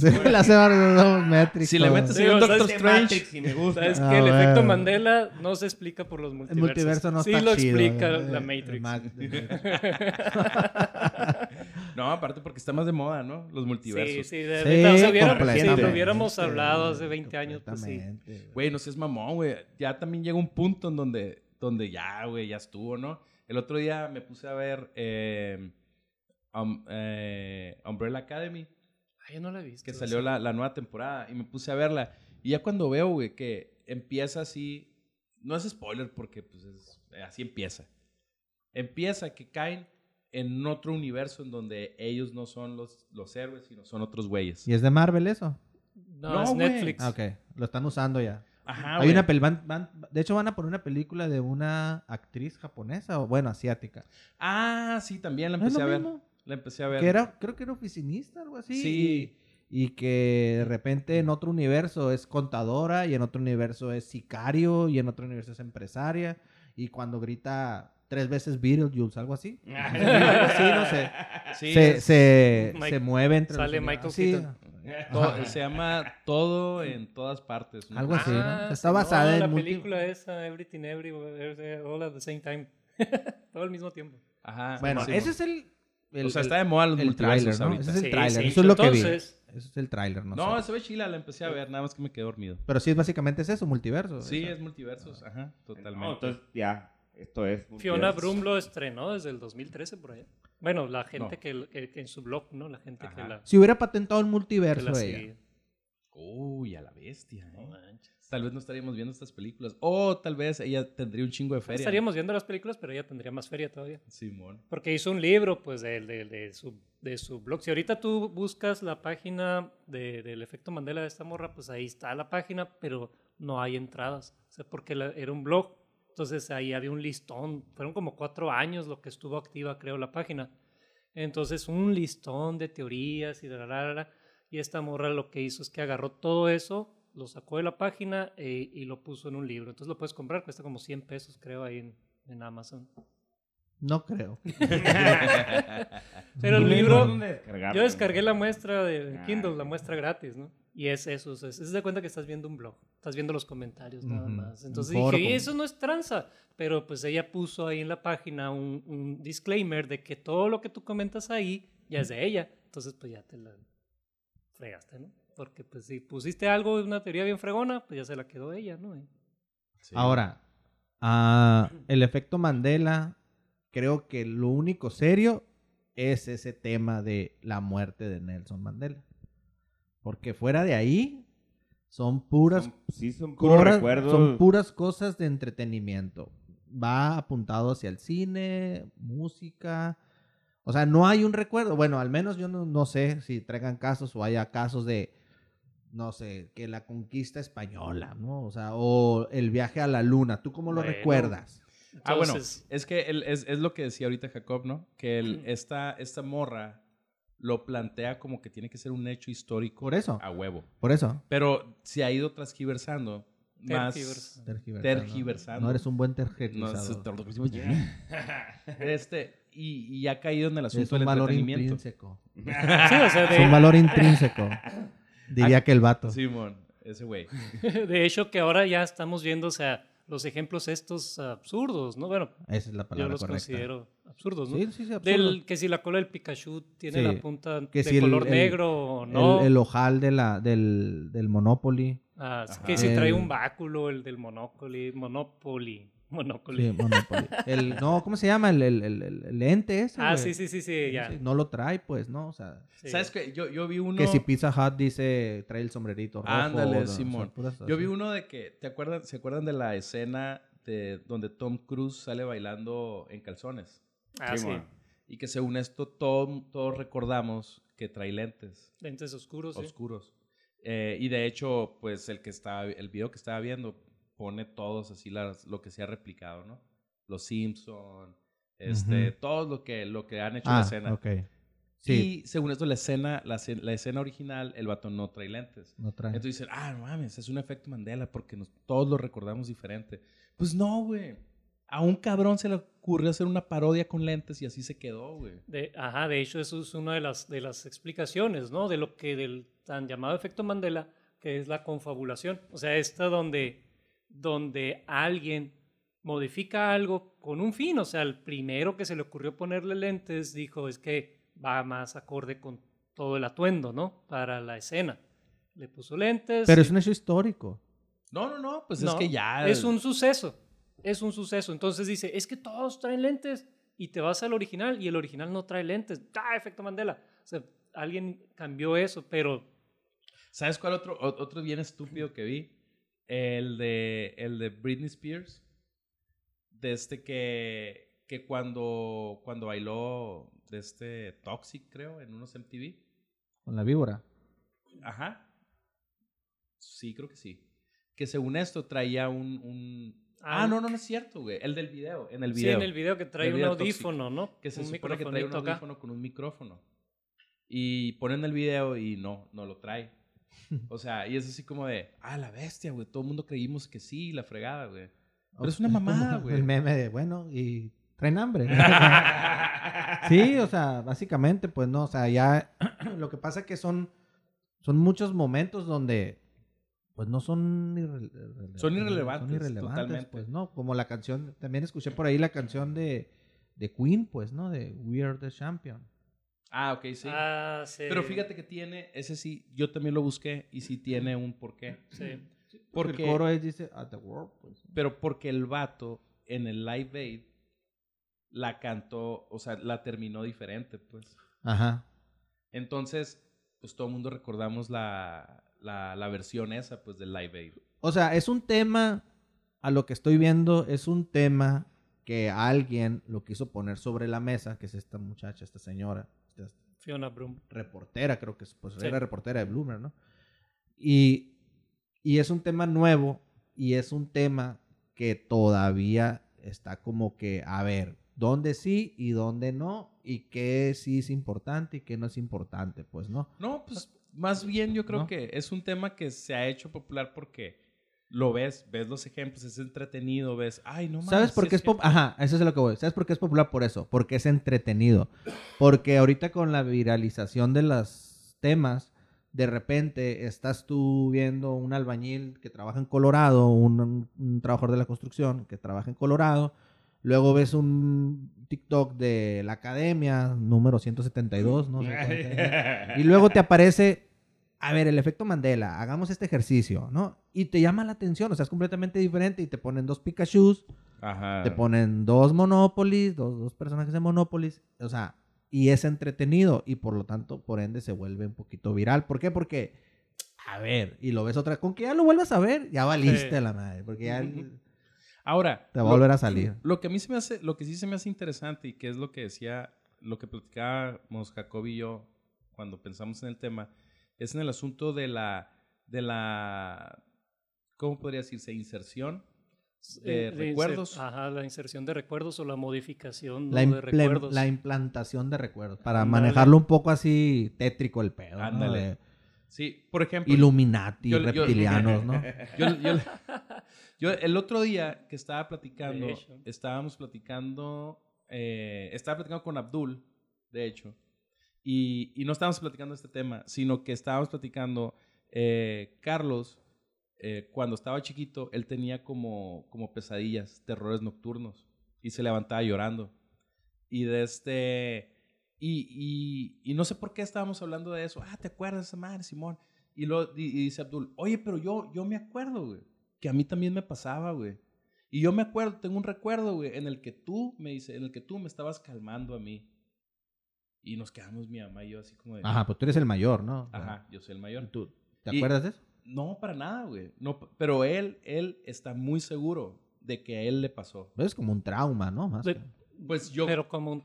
Speaker 5: Sí, güey. La semana no, Matrix.
Speaker 2: Si le
Speaker 5: todo.
Speaker 2: metes
Speaker 4: Sí,
Speaker 2: ahí un
Speaker 4: o sea,
Speaker 2: Doctor
Speaker 4: es
Speaker 2: Strange.
Speaker 3: Si me gusta.
Speaker 4: ¿Sabes
Speaker 5: Ah,
Speaker 4: que El
Speaker 5: bueno.
Speaker 4: efecto Mandela no se explica por los
Speaker 5: El
Speaker 4: multiversos.
Speaker 5: multiverso no
Speaker 4: sí
Speaker 5: está
Speaker 4: lo
Speaker 5: chido.
Speaker 4: explica
Speaker 5: eh,
Speaker 4: la
Speaker 5: el
Speaker 4: Matrix.
Speaker 2: (laughs)
Speaker 5: Ma- el Matrix.
Speaker 2: No, aparte porque está más de moda, ¿no? Los multiversos.
Speaker 4: Sí, sí, de
Speaker 5: Sí,
Speaker 4: verdad. O sea, hubiera-
Speaker 5: completamente. Este,
Speaker 4: si lo hubiéramos hablado hace 20 años, pues sí.
Speaker 5: Completamente, güey.
Speaker 2: Güey, no seas mamón, güey. Ya también llega un punto en donde, donde ya, güey, ya estuvo, ¿no? El otro día me puse a ver eh, um, eh, Umbrella Academy,
Speaker 4: Ay, Ah, yo no la he visto.
Speaker 2: que salió la, la nueva temporada, y me puse a verla. Y ya cuando veo, güey, que empieza así, no es spoiler porque pues, es- así empieza. Empieza que caen en otro universo en donde ellos no son los, los héroes, sino son otros güeyes.
Speaker 5: ¿Y es de Marvel eso?
Speaker 4: No,
Speaker 2: No,
Speaker 4: es
Speaker 2: güey.
Speaker 4: Netflix.
Speaker 5: Ah, ok. Lo están usando ya.
Speaker 4: Ah,
Speaker 2: Ajá,
Speaker 5: Hay una pel- van- van- de hecho, van a poner una película de una actriz japonesa o, bueno, asiática.
Speaker 2: Ah, sí, también la
Speaker 5: ¿No es
Speaker 2: empecé a
Speaker 5: lo
Speaker 2: ver.
Speaker 5: mismo?
Speaker 2: La empecé a ver.
Speaker 5: Que era, creo que era oficinista, algo así.
Speaker 2: Sí.
Speaker 5: Y, y que de repente en otro universo es contadora y en otro universo es sicario y en otro universo es empresaria. Y cuando grita tres veces Beetlejuice,
Speaker 4: (laughs)
Speaker 5: algo así. Algo así, no sé.
Speaker 2: Ah, Sí,
Speaker 5: se,
Speaker 2: es-
Speaker 5: se,
Speaker 4: Mike-
Speaker 5: se mueve entre
Speaker 4: sale
Speaker 5: los-
Speaker 4: Michael
Speaker 5: sí,
Speaker 4: Keaton.
Speaker 2: To- se llama Todo en todas partes. ¿no?
Speaker 5: Algo así,
Speaker 4: Ah,
Speaker 5: pues ¿no? Está
Speaker 4: sí,
Speaker 5: basada
Speaker 4: no,
Speaker 5: en
Speaker 4: la
Speaker 5: multi-
Speaker 4: película esa, Everything Everywhere, All at the Same Time. (laughs) Todo al mismo tiempo.
Speaker 2: Ajá.
Speaker 5: Bueno,
Speaker 2: sí,
Speaker 5: ese es el... el-
Speaker 2: o sea,
Speaker 5: el-
Speaker 2: está de moda los
Speaker 5: el
Speaker 2: multiversos
Speaker 5: tráiler, ¿no?
Speaker 2: ahorita.
Speaker 5: Ese es el
Speaker 4: Sí,
Speaker 5: tráiler,
Speaker 4: sí,
Speaker 5: eso es lo que vi.
Speaker 4: entonces-
Speaker 5: Eso es el tráiler, no,
Speaker 2: No,
Speaker 5: sé.
Speaker 2: se ve chila, la empecé a ver, nada más que me quedé dormido.
Speaker 5: Pero sí, básicamente es eso, multiverso.
Speaker 2: Sí,
Speaker 5: Eso.
Speaker 2: es multiversos, ajá, totalmente.
Speaker 3: No, entonces ya, esto es.
Speaker 4: Fiona
Speaker 3: multiverso.
Speaker 4: Broom lo estrenó desde el 2013 por allá. Bueno, la gente
Speaker 2: No.
Speaker 4: que, que- que en su blog, ¿no? La gente que
Speaker 2: Ajá.
Speaker 4: la, que
Speaker 5: Si hubiera patentado el
Speaker 4: la
Speaker 5: multiverso ella.
Speaker 4: sigue.
Speaker 2: Uy, a la bestia, ¿eh? Tal vez no estaríamos viendo estas películas. O tal vez ella tendría un chingo de feria. ¿no?
Speaker 4: Estaríamos viendo las películas, pero ella tendría más feria todavía.
Speaker 2: Simón.
Speaker 4: Porque hizo un libro, pues, de, de- de su, de su blog. Si ahorita tú buscas la página de- del efecto Mandela de esta morra, pues ahí está la página, pero no hay entradas. O sea, porque la- era un blog. Entonces ahí había un listón. Fueron como cuatro años lo que estuvo activa, creo, la página. Entonces, un listón de teorías y la, la, la, la, la. Y esta morra lo que hizo es que agarró todo eso, lo sacó de la página e- y lo puso en un libro. Entonces lo puedes comprar, cuesta como 100 pesos, creo, ahí en- en Amazon.
Speaker 5: No creo.
Speaker 4: Pero el
Speaker 3: No hay
Speaker 4: libro,
Speaker 3: dónde descargarlo.
Speaker 4: yo descargué la muestra de
Speaker 3: Ah,
Speaker 4: Kindle,
Speaker 3: ok.
Speaker 4: la muestra gratis, ¿no? Y es eso, o sea, es, es de cuenta que estás viendo un blog, estás viendo los comentarios nada
Speaker 5: Ujú,
Speaker 4: más.
Speaker 5: un
Speaker 4: Entonces
Speaker 5: foro
Speaker 4: dije, "Y
Speaker 5: como-
Speaker 4: eso no es tranza, pero pues ella puso ahí en la página un, un disclaimer de que todo lo que tú comentas ahí ya es de ella, entonces pues ya te la fregaste, ¿no? Porque pues si pusiste algo, una teoría bien fregona, pues ya se la quedó ella, ¿no?
Speaker 2: Sí.
Speaker 5: Ahora, ah, el efecto Mandela, creo que lo único serio es ese tema de la muerte de Nelson Mandela. Porque fuera de ahí, son puras,
Speaker 3: Son- sí, son puros
Speaker 5: coras-
Speaker 3: recuerdos.
Speaker 5: son puras cosas de entretenimiento. Va apuntado hacia el cine, música. O sea, no hay un recuerdo. Bueno, al menos yo no, no sé si traigan casos o haya casos de no sé, que la conquista española, ¿no? O sea, o el viaje a la luna. ¿Tú cómo lo
Speaker 4: Bueno.
Speaker 5: recuerdas?
Speaker 2: ah, bueno,
Speaker 4: Entonces-
Speaker 2: es que el- es, es lo que decía ahorita Jacob, ¿no? Que el- esta, esta morra lo plantea como que tiene que ser un hecho histórico
Speaker 5: Por eso,
Speaker 2: a huevo.
Speaker 5: por eso.
Speaker 2: Pero se ha ido transgiversando más...
Speaker 4: Tergiversando.
Speaker 5: Tergiversando.
Speaker 2: Tergiversando.
Speaker 5: No eres un buen
Speaker 2: No,
Speaker 5: tergiversador. (laughs)
Speaker 2: este, y, y ha caído en el
Speaker 5: es
Speaker 2: asunto
Speaker 5: un
Speaker 2: del
Speaker 5: valor
Speaker 2: entretenimiento.
Speaker 5: intrínseco.
Speaker 4: Sí, o sea,
Speaker 5: Es un
Speaker 4: de,
Speaker 5: valor intrínseco. Diría que el vato.
Speaker 2: Simón, ese güey.
Speaker 4: (laughs) de hecho que ahora ya estamos viendo, o sea, los ejemplos estos absurdos, ¿no? Bueno,
Speaker 5: Esa es la
Speaker 4: Yo
Speaker 5: palabra
Speaker 4: los
Speaker 5: correcta.
Speaker 4: considero absurdos, ¿no?
Speaker 5: Sí, sí, sí, absurdo.
Speaker 4: Del, que si la cola del Pikachu tiene
Speaker 5: Sí.
Speaker 4: la punta
Speaker 5: Que
Speaker 4: de
Speaker 5: si el-
Speaker 4: color
Speaker 5: el-
Speaker 4: negro o no.
Speaker 5: el, el ojal de la, del, del Monopoly.
Speaker 4: Ah, sí,
Speaker 2: Ajá.
Speaker 4: que si trae
Speaker 5: el-
Speaker 4: un báculo, el del Monopoly. Monopoly. Monopoly.
Speaker 5: Sí,
Speaker 4: (laughs)
Speaker 5: Monopoly. El, no, ¿cómo se llama? El, el, el, el- el lente ese.
Speaker 4: ah,
Speaker 5: güey.
Speaker 4: sí, sí, sí, sí, ya.
Speaker 5: Sí, No lo trae, pues, ¿no? O sea,
Speaker 4: sí.
Speaker 2: ¿Sabes qué? Yo, yo vi uno...
Speaker 5: Que si Pizza Hut dice trae el sombrerito rojo.
Speaker 2: Ándale,
Speaker 5: o no,
Speaker 2: Simón.
Speaker 5: o sea, puras cosas.
Speaker 2: Yo vi uno de que, ¿te acuerdan, ¿se acuerdan de la escena de donde Tom Cruise sale bailando en calzones?
Speaker 4: Ah,
Speaker 5: (laughs)
Speaker 4: sí.
Speaker 3: bueno.
Speaker 2: Y que según esto tom- todos recordamos que trae lentes
Speaker 4: Lentes oscuros, sí.
Speaker 2: oscuros. Eh, y de hecho, pues el que estaba, el video que estaba viendo pone todos así las, lo que se ha replicado, ¿no? Los Simpson, este,
Speaker 5: Ujú.
Speaker 2: todo lo que, lo que han hecho en
Speaker 5: ah,
Speaker 2: la escena.
Speaker 5: ok. Sí,
Speaker 2: Y según esto, la escena, la, escena- la escena original, el vato no trae lentes.
Speaker 5: no trae.
Speaker 2: Entonces dicen, ah, no mames, es un efecto Mandela porque nos- todos lo recordamos diferente. Pues no, güey. A un cabrón se le ocurrió hacer una parodia con lentes y así se quedó, güey.
Speaker 4: De, ajá, de hecho, eso es una de las, de las explicaciones, ¿no? De lo que del tan llamado efecto Mandela, que es la confabulación. O sea, esta donde, donde alguien modifica algo con un fin. O sea, el primero que se le ocurrió ponerle lentes dijo es que va más acorde con todo el atuendo, ¿no? Para la escena. Le puso lentes.
Speaker 5: Pero
Speaker 4: y-
Speaker 5: es un hecho histórico.
Speaker 2: No, no, no, pues es
Speaker 4: no,
Speaker 2: que ya.
Speaker 4: Es un suceso. Es un suceso. Entonces dice, es que todos traen lentes. Y te vas al original y el original no trae lentes. ¡Ah, efecto Mandela! O sea, alguien cambió eso, pero...
Speaker 2: ¿Sabes cuál otro, o- otro bien estúpido que vi? El de, el de Britney Spears. De este que, que cuando, cuando bailó de este Toxic, creo, en unos MTV.
Speaker 5: Con la víbora.
Speaker 2: Ajá. Sí, creo que sí. Que según esto traía un... un- Ah,
Speaker 4: Ah,
Speaker 2: no, no, no es cierto, güey. El del video, en el
Speaker 4: Sí,
Speaker 2: video.
Speaker 4: en el video que trae
Speaker 2: El
Speaker 4: un
Speaker 2: video
Speaker 4: audífono, ¿no?
Speaker 2: Que se
Speaker 4: un
Speaker 2: supone que trae un
Speaker 4: microfonito acá.
Speaker 2: audífono con un micrófono. Y ponen el video y no, no lo (laughs) trae. O sea, y es así como de, ah, la bestia, güey. Todo el mundo creímos que sí, la fregada, güey. Pero
Speaker 5: (laughs)
Speaker 2: es una
Speaker 5: como
Speaker 2: mamada, güey.
Speaker 5: El meme de, bueno, y traen
Speaker 2: (laughs)
Speaker 5: hambre. (clears throat) sí, o sea, básicamente, pues no, o sea, ya lo que pasa es que son son muchos momentos donde pues no son irre-
Speaker 2: Son irrelevantes, totalmente.
Speaker 5: pues no, como la canción, también escuché por ahí la canción de, de Queen, pues, ¿no? De We Are the Champion.
Speaker 2: Ah, eh. ok, sí.
Speaker 4: Ah, sí.
Speaker 2: Pero fíjate que tiene, ese sí, yo también lo busqué y sí tiene un porqué.
Speaker 4: Sí.
Speaker 5: Porque
Speaker 2: Porque,
Speaker 5: el coro es, dice, At the World, pues.
Speaker 2: Pero porque el vato en el Live Aid la cantó, o sea, la terminó diferente, pues.
Speaker 5: Ajá.
Speaker 2: Entonces, pues todo el mundo recordamos la, la, la versión esa, pues, del Live Aid.
Speaker 5: O sea, es un tema, a lo que estoy viendo, es un tema que alguien lo quiso poner sobre la mesa, que es esta muchacha, esta señora, esta
Speaker 4: Fiona Broom.
Speaker 5: reportera, creo que es, pues
Speaker 4: Sí.
Speaker 5: era reportera de Bloomer, ¿no? Y, y es un tema nuevo y es un tema que todavía está como que, a ver, ¿dónde sí y dónde no? Y qué sí es importante y qué no es importante, pues, ¿no?
Speaker 2: No, pues, más bien yo creo
Speaker 5: ¿No?
Speaker 2: que es un tema que se ha hecho popular porque lo ves, ves los ejemplos, es entretenido, ves, ay, no mames.
Speaker 5: ¿Sabes por
Speaker 2: sí
Speaker 5: qué es
Speaker 2: cierto".
Speaker 5: popular? Ajá, eso es lo que voy. ¿Sabes por qué es popular? Por eso, porque es entretenido. Porque ahorita con la viralización de los temas, de repente estás tú viendo un albañil que trabaja en Colorado, un, un trabajador de la construcción que trabaja en Colorado, luego ves un TikTok de la academia, número 172, ¿no? 142.
Speaker 3: (laughs)
Speaker 5: Y luego te aparece, a ver, el efecto Mandela, hagamos este ejercicio, ¿no? Y te llama la atención, o sea, es completamente diferente y te ponen dos Pikachus,
Speaker 2: Ajá.
Speaker 5: te ponen dos Monopolies, dos, dos personajes de Monopolies, o sea, y es entretenido y por lo tanto, por ende, se vuelve un poquito viral. ¿Por qué? Porque, a ver, y lo ves otra, con que ya lo vuelvas a ver, ya valiste
Speaker 4: Sí.
Speaker 5: a la madre, porque ya
Speaker 2: Ujú. Ahora.
Speaker 5: te va a
Speaker 2: lo-
Speaker 5: volver a salir.
Speaker 2: Lo que a mí se me hace, lo que sí se me hace interesante y que es lo que decía, lo que platicábamos Jacob y yo cuando pensamos en el tema, es en el asunto de la, de la, ¿cómo podría decirse? Inserción. De
Speaker 4: Eh, inser-
Speaker 2: recuerdos.
Speaker 4: Ajá, la inserción de recuerdos o la modificación
Speaker 5: La,
Speaker 4: ¿no? de
Speaker 5: imple-
Speaker 4: recuerdos.
Speaker 5: la implantación de recuerdos, para
Speaker 4: Ándale.
Speaker 5: manejarlo un poco así tétrico el pedo. ¿no?
Speaker 2: Ándale.
Speaker 5: De
Speaker 2: Sí, por ejemplo.
Speaker 5: Illuminati,
Speaker 2: Yo- yo-
Speaker 5: reptilianos,
Speaker 2: (laughs)
Speaker 5: ¿no?
Speaker 2: Yo,
Speaker 4: (laughs)
Speaker 2: yo- yo el otro día que estaba platicando,
Speaker 4: De hecho.
Speaker 2: estábamos platicando, eh, estaba platicando con Abdul, de hecho, y, y no estábamos platicando este tema, sino que estábamos platicando, eh, Carlos, eh, cuando estaba chiquito, él tenía como, como pesadillas, terrores nocturnos, y se levantaba llorando. Y de este... Y, y- y no sé por qué estábamos hablando de eso. Ah, ¿te acuerdas de esa madre, Simón? Y, lo, y, y dice Abdul, oye, pero yo, yo me acuerdo, güey, que a mí también me pasaba, güey. Y yo me acuerdo, tengo un recuerdo, güey, en el que tú me dice, en el que tú me estabas calmando a mí. Y nos quedamos mi mamá y yo así como de,
Speaker 5: Ajá, pues tú eres el mayor, ¿no?
Speaker 2: "Ajá, yo soy el mayor.
Speaker 5: ¿Tú, ¿Te
Speaker 2: Y-
Speaker 5: acuerdas de eso?
Speaker 2: No, para nada, güey. No, p- pero él, él está muy seguro de que a él le pasó.
Speaker 5: Es como un trauma, ¿no? Más
Speaker 4: De-
Speaker 5: que-
Speaker 2: Pues yo,
Speaker 4: Pero como un-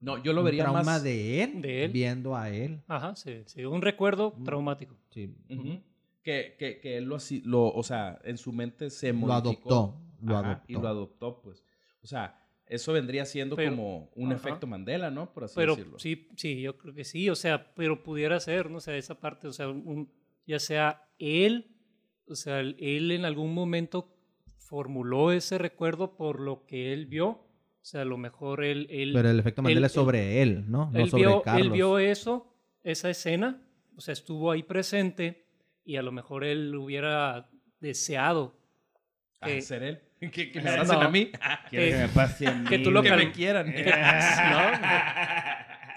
Speaker 2: no, yo lo
Speaker 5: un
Speaker 2: vería
Speaker 5: trauma
Speaker 2: más.
Speaker 5: de, él,
Speaker 4: de él.
Speaker 5: viendo a él.
Speaker 4: Ajá, sí, sí, un recuerdo
Speaker 5: Mm.
Speaker 4: traumático.
Speaker 5: Sí.
Speaker 2: Ujú. que, que, que él lo, así- lo, o sea, en su mente se
Speaker 5: Lo
Speaker 2: modificó.
Speaker 5: adoptó. Lo
Speaker 2: Ajá,
Speaker 5: adoptó.
Speaker 2: Y lo adoptó, pues. O sea, eso vendría siendo
Speaker 4: Pero-
Speaker 2: como un
Speaker 4: ajá.
Speaker 2: efecto Mandela, ¿no? Por así
Speaker 4: pero
Speaker 2: decirlo.
Speaker 4: sí, sí, yo creo que sí, o sea, pero pudiera ser, no sé, esa parte, o sea, un- ya sea él, o sea, el- él en algún momento formuló ese recuerdo por lo que él vio, o sea, a lo mejor él, él,
Speaker 5: Pero el efecto Mandela
Speaker 4: él-
Speaker 5: es sobre él, ¿no? No
Speaker 4: él
Speaker 5: sobre
Speaker 4: vio,
Speaker 5: Carlos.
Speaker 4: él vio eso, esa escena, o sea, estuvo ahí presente y a lo mejor él hubiera deseado
Speaker 2: Ah,
Speaker 4: que-
Speaker 2: ser él. Que, que me
Speaker 4: No. Eh,
Speaker 2: abracen a mí.
Speaker 3: Quiero que
Speaker 4: que-
Speaker 3: me pase a
Speaker 4: que
Speaker 3: mí,
Speaker 4: tú lo
Speaker 2: que
Speaker 3: güey. (laughs)
Speaker 2: me quieran.
Speaker 4: (laughs)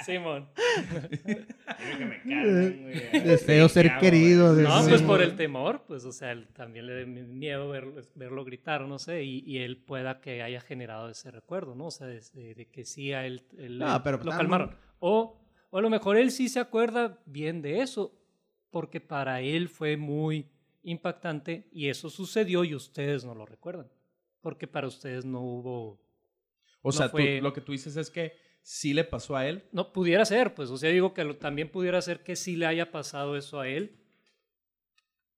Speaker 4: Simón.
Speaker 3: Quiero que me carguen, güey.
Speaker 5: Deseo
Speaker 3: Sí,
Speaker 5: ser
Speaker 3: ¿qué hago,
Speaker 5: querido,
Speaker 3: güey?
Speaker 4: No,
Speaker 5: Sí.
Speaker 4: pues por el temor, pues, o sea, él también le da miedo verlo, verlo gritar, o no sé, y, y él pueda que haya generado ese recuerdo, ¿no? O sea, de, de- de que sí a él, él-
Speaker 5: No, pero
Speaker 4: lo
Speaker 5: tam-
Speaker 4: calmaron. O, o a lo mejor él sí se acuerda bien de eso, porque para él fue muy impactante y eso sucedió y ustedes no lo recuerdan, porque para ustedes no hubo...
Speaker 2: O sea, tú-
Speaker 4: fue-
Speaker 2: lo que tú dices es que sí le pasó a él.
Speaker 4: No, pudiera ser, pues, o sea, digo que lo- también pudiera ser que sí le haya pasado eso a él.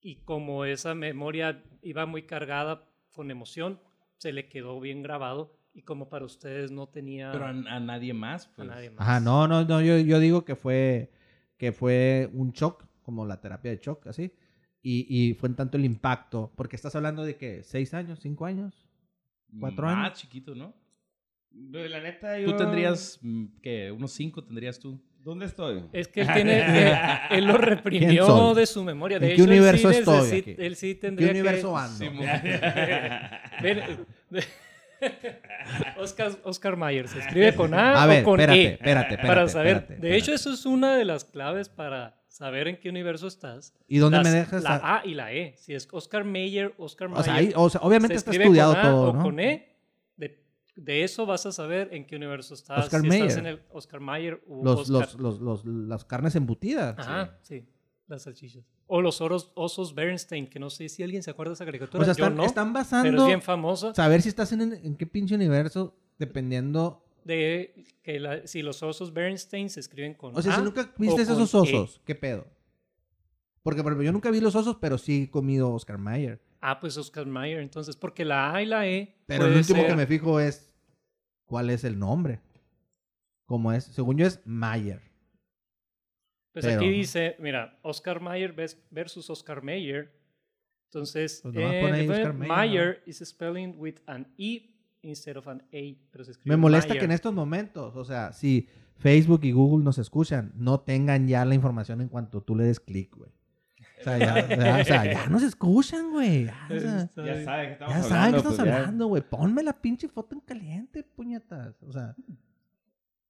Speaker 4: Y como esa memoria iba muy cargada con emoción, se le quedó bien grabado. Y como para ustedes no tenía
Speaker 2: Pero a,
Speaker 4: a,
Speaker 2: a nadie más, pues.
Speaker 4: Ah. nadie más.
Speaker 5: Ajá, no, no, no. Yo, yo digo que fue, que fue un shock, como la terapia de shock, así. Y, y fue en tanto el impacto. Porque estás hablando de que, ¿seis años? ¿Cinco años? Cuatro
Speaker 2: más
Speaker 5: años.
Speaker 2: chiquito, ¿no?
Speaker 3: Pues, la neta, yo...
Speaker 2: Tú tendrías, mm, ¿qué? Unos cinco tendrías tú.
Speaker 3: ¿Dónde estoy?
Speaker 4: Es que él
Speaker 5: (laughs)
Speaker 4: tiene. él, él lo
Speaker 5: ¿Quién
Speaker 4: reprimió
Speaker 5: soy?
Speaker 4: de su memoria. De
Speaker 5: ¿En qué
Speaker 4: hecho, él sí
Speaker 5: universo
Speaker 4: nece-
Speaker 5: estoy
Speaker 4: sí-
Speaker 5: aquí?
Speaker 4: Él sí
Speaker 5: ¿Qué
Speaker 4: tendría que.
Speaker 5: universo ando?
Speaker 4: (laughs) Ven- (laughs) Oscar, Oscar Mayer se escribe con A,
Speaker 5: A ver,
Speaker 4: o con
Speaker 5: espérate,
Speaker 4: E.
Speaker 5: espérate, espérate.
Speaker 4: para saber.
Speaker 5: espérate,
Speaker 4: de hecho, eso es una de las claves para saber en qué universo estás.
Speaker 5: ¿Y dónde
Speaker 4: Las-
Speaker 5: me dejas?
Speaker 4: La
Speaker 5: a-
Speaker 4: A y la E. Si es Oscar Mayer, Oscar Mayer.
Speaker 5: o sea, ahí- o sea, obviamente
Speaker 4: se
Speaker 5: está
Speaker 4: escribe
Speaker 5: estudiado
Speaker 4: con A
Speaker 5: todo,
Speaker 4: o
Speaker 5: ¿no?
Speaker 4: con E. De, de eso vas a saber en qué universo estás.
Speaker 5: Oscar
Speaker 4: si estás
Speaker 5: Mayer.
Speaker 4: en el Oscar Mayer u
Speaker 5: los,
Speaker 4: Oscar.
Speaker 5: los, los, los- las carnes embutidas.
Speaker 4: Ajá, sí. Las salchichas. O los oros- osos Bernstein, que no sé si alguien se acuerda de esa caricatura.
Speaker 5: O sea,
Speaker 4: Yo
Speaker 5: están,
Speaker 4: no,
Speaker 5: están
Speaker 4: pero
Speaker 5: basando
Speaker 4: es bien famosa.
Speaker 5: saber si estás en, en qué pinche universo dependiendo.
Speaker 4: de que la- si los osos Bernstein se escriben con
Speaker 5: O sea,
Speaker 4: A
Speaker 5: si nunca
Speaker 4: Ah, o
Speaker 5: viste
Speaker 4: con
Speaker 5: esos
Speaker 4: E.
Speaker 5: osos, ¿qué pedo? Porque por ejemplo, yo nunca vi los osos, pero sí he comido Oscar Mayer.
Speaker 4: Ah, pues Oscar Mayer, entonces, porque la A y la E.
Speaker 5: Pero el
Speaker 4: puede
Speaker 5: último que
Speaker 4: ser-
Speaker 5: me fijo es cuál es el nombre. ¿Cómo es? Según yo es Mayer.
Speaker 4: Pues
Speaker 5: pero-
Speaker 4: aquí dice, mira, Oscar Mayer ves- versus Oscar Mayer. Entonces, eh,
Speaker 5: Pues nomás pone ahí Oscar Mayer,
Speaker 4: Mayer is spelling with an E instead of an A. Pero se escribe
Speaker 5: Me molesta
Speaker 4: Mayer. (laughs)
Speaker 5: que en estos momentos, o sea, si Facebook y Google nos escuchan, no tengan ya la información en cuanto tú le des clic, güey. O sea, ya, ya- o sea, ya nos escuchan, güey. Ya, o sea,
Speaker 4: Está
Speaker 3: Ya
Speaker 4: bien.
Speaker 3: sabes que estamos
Speaker 5: ya
Speaker 3: hablando.
Speaker 5: saben que
Speaker 3: pues,
Speaker 5: estamos
Speaker 3: ya.
Speaker 5: hablando, güey. Ponme la pinche foto en caliente, puñetas. O sea,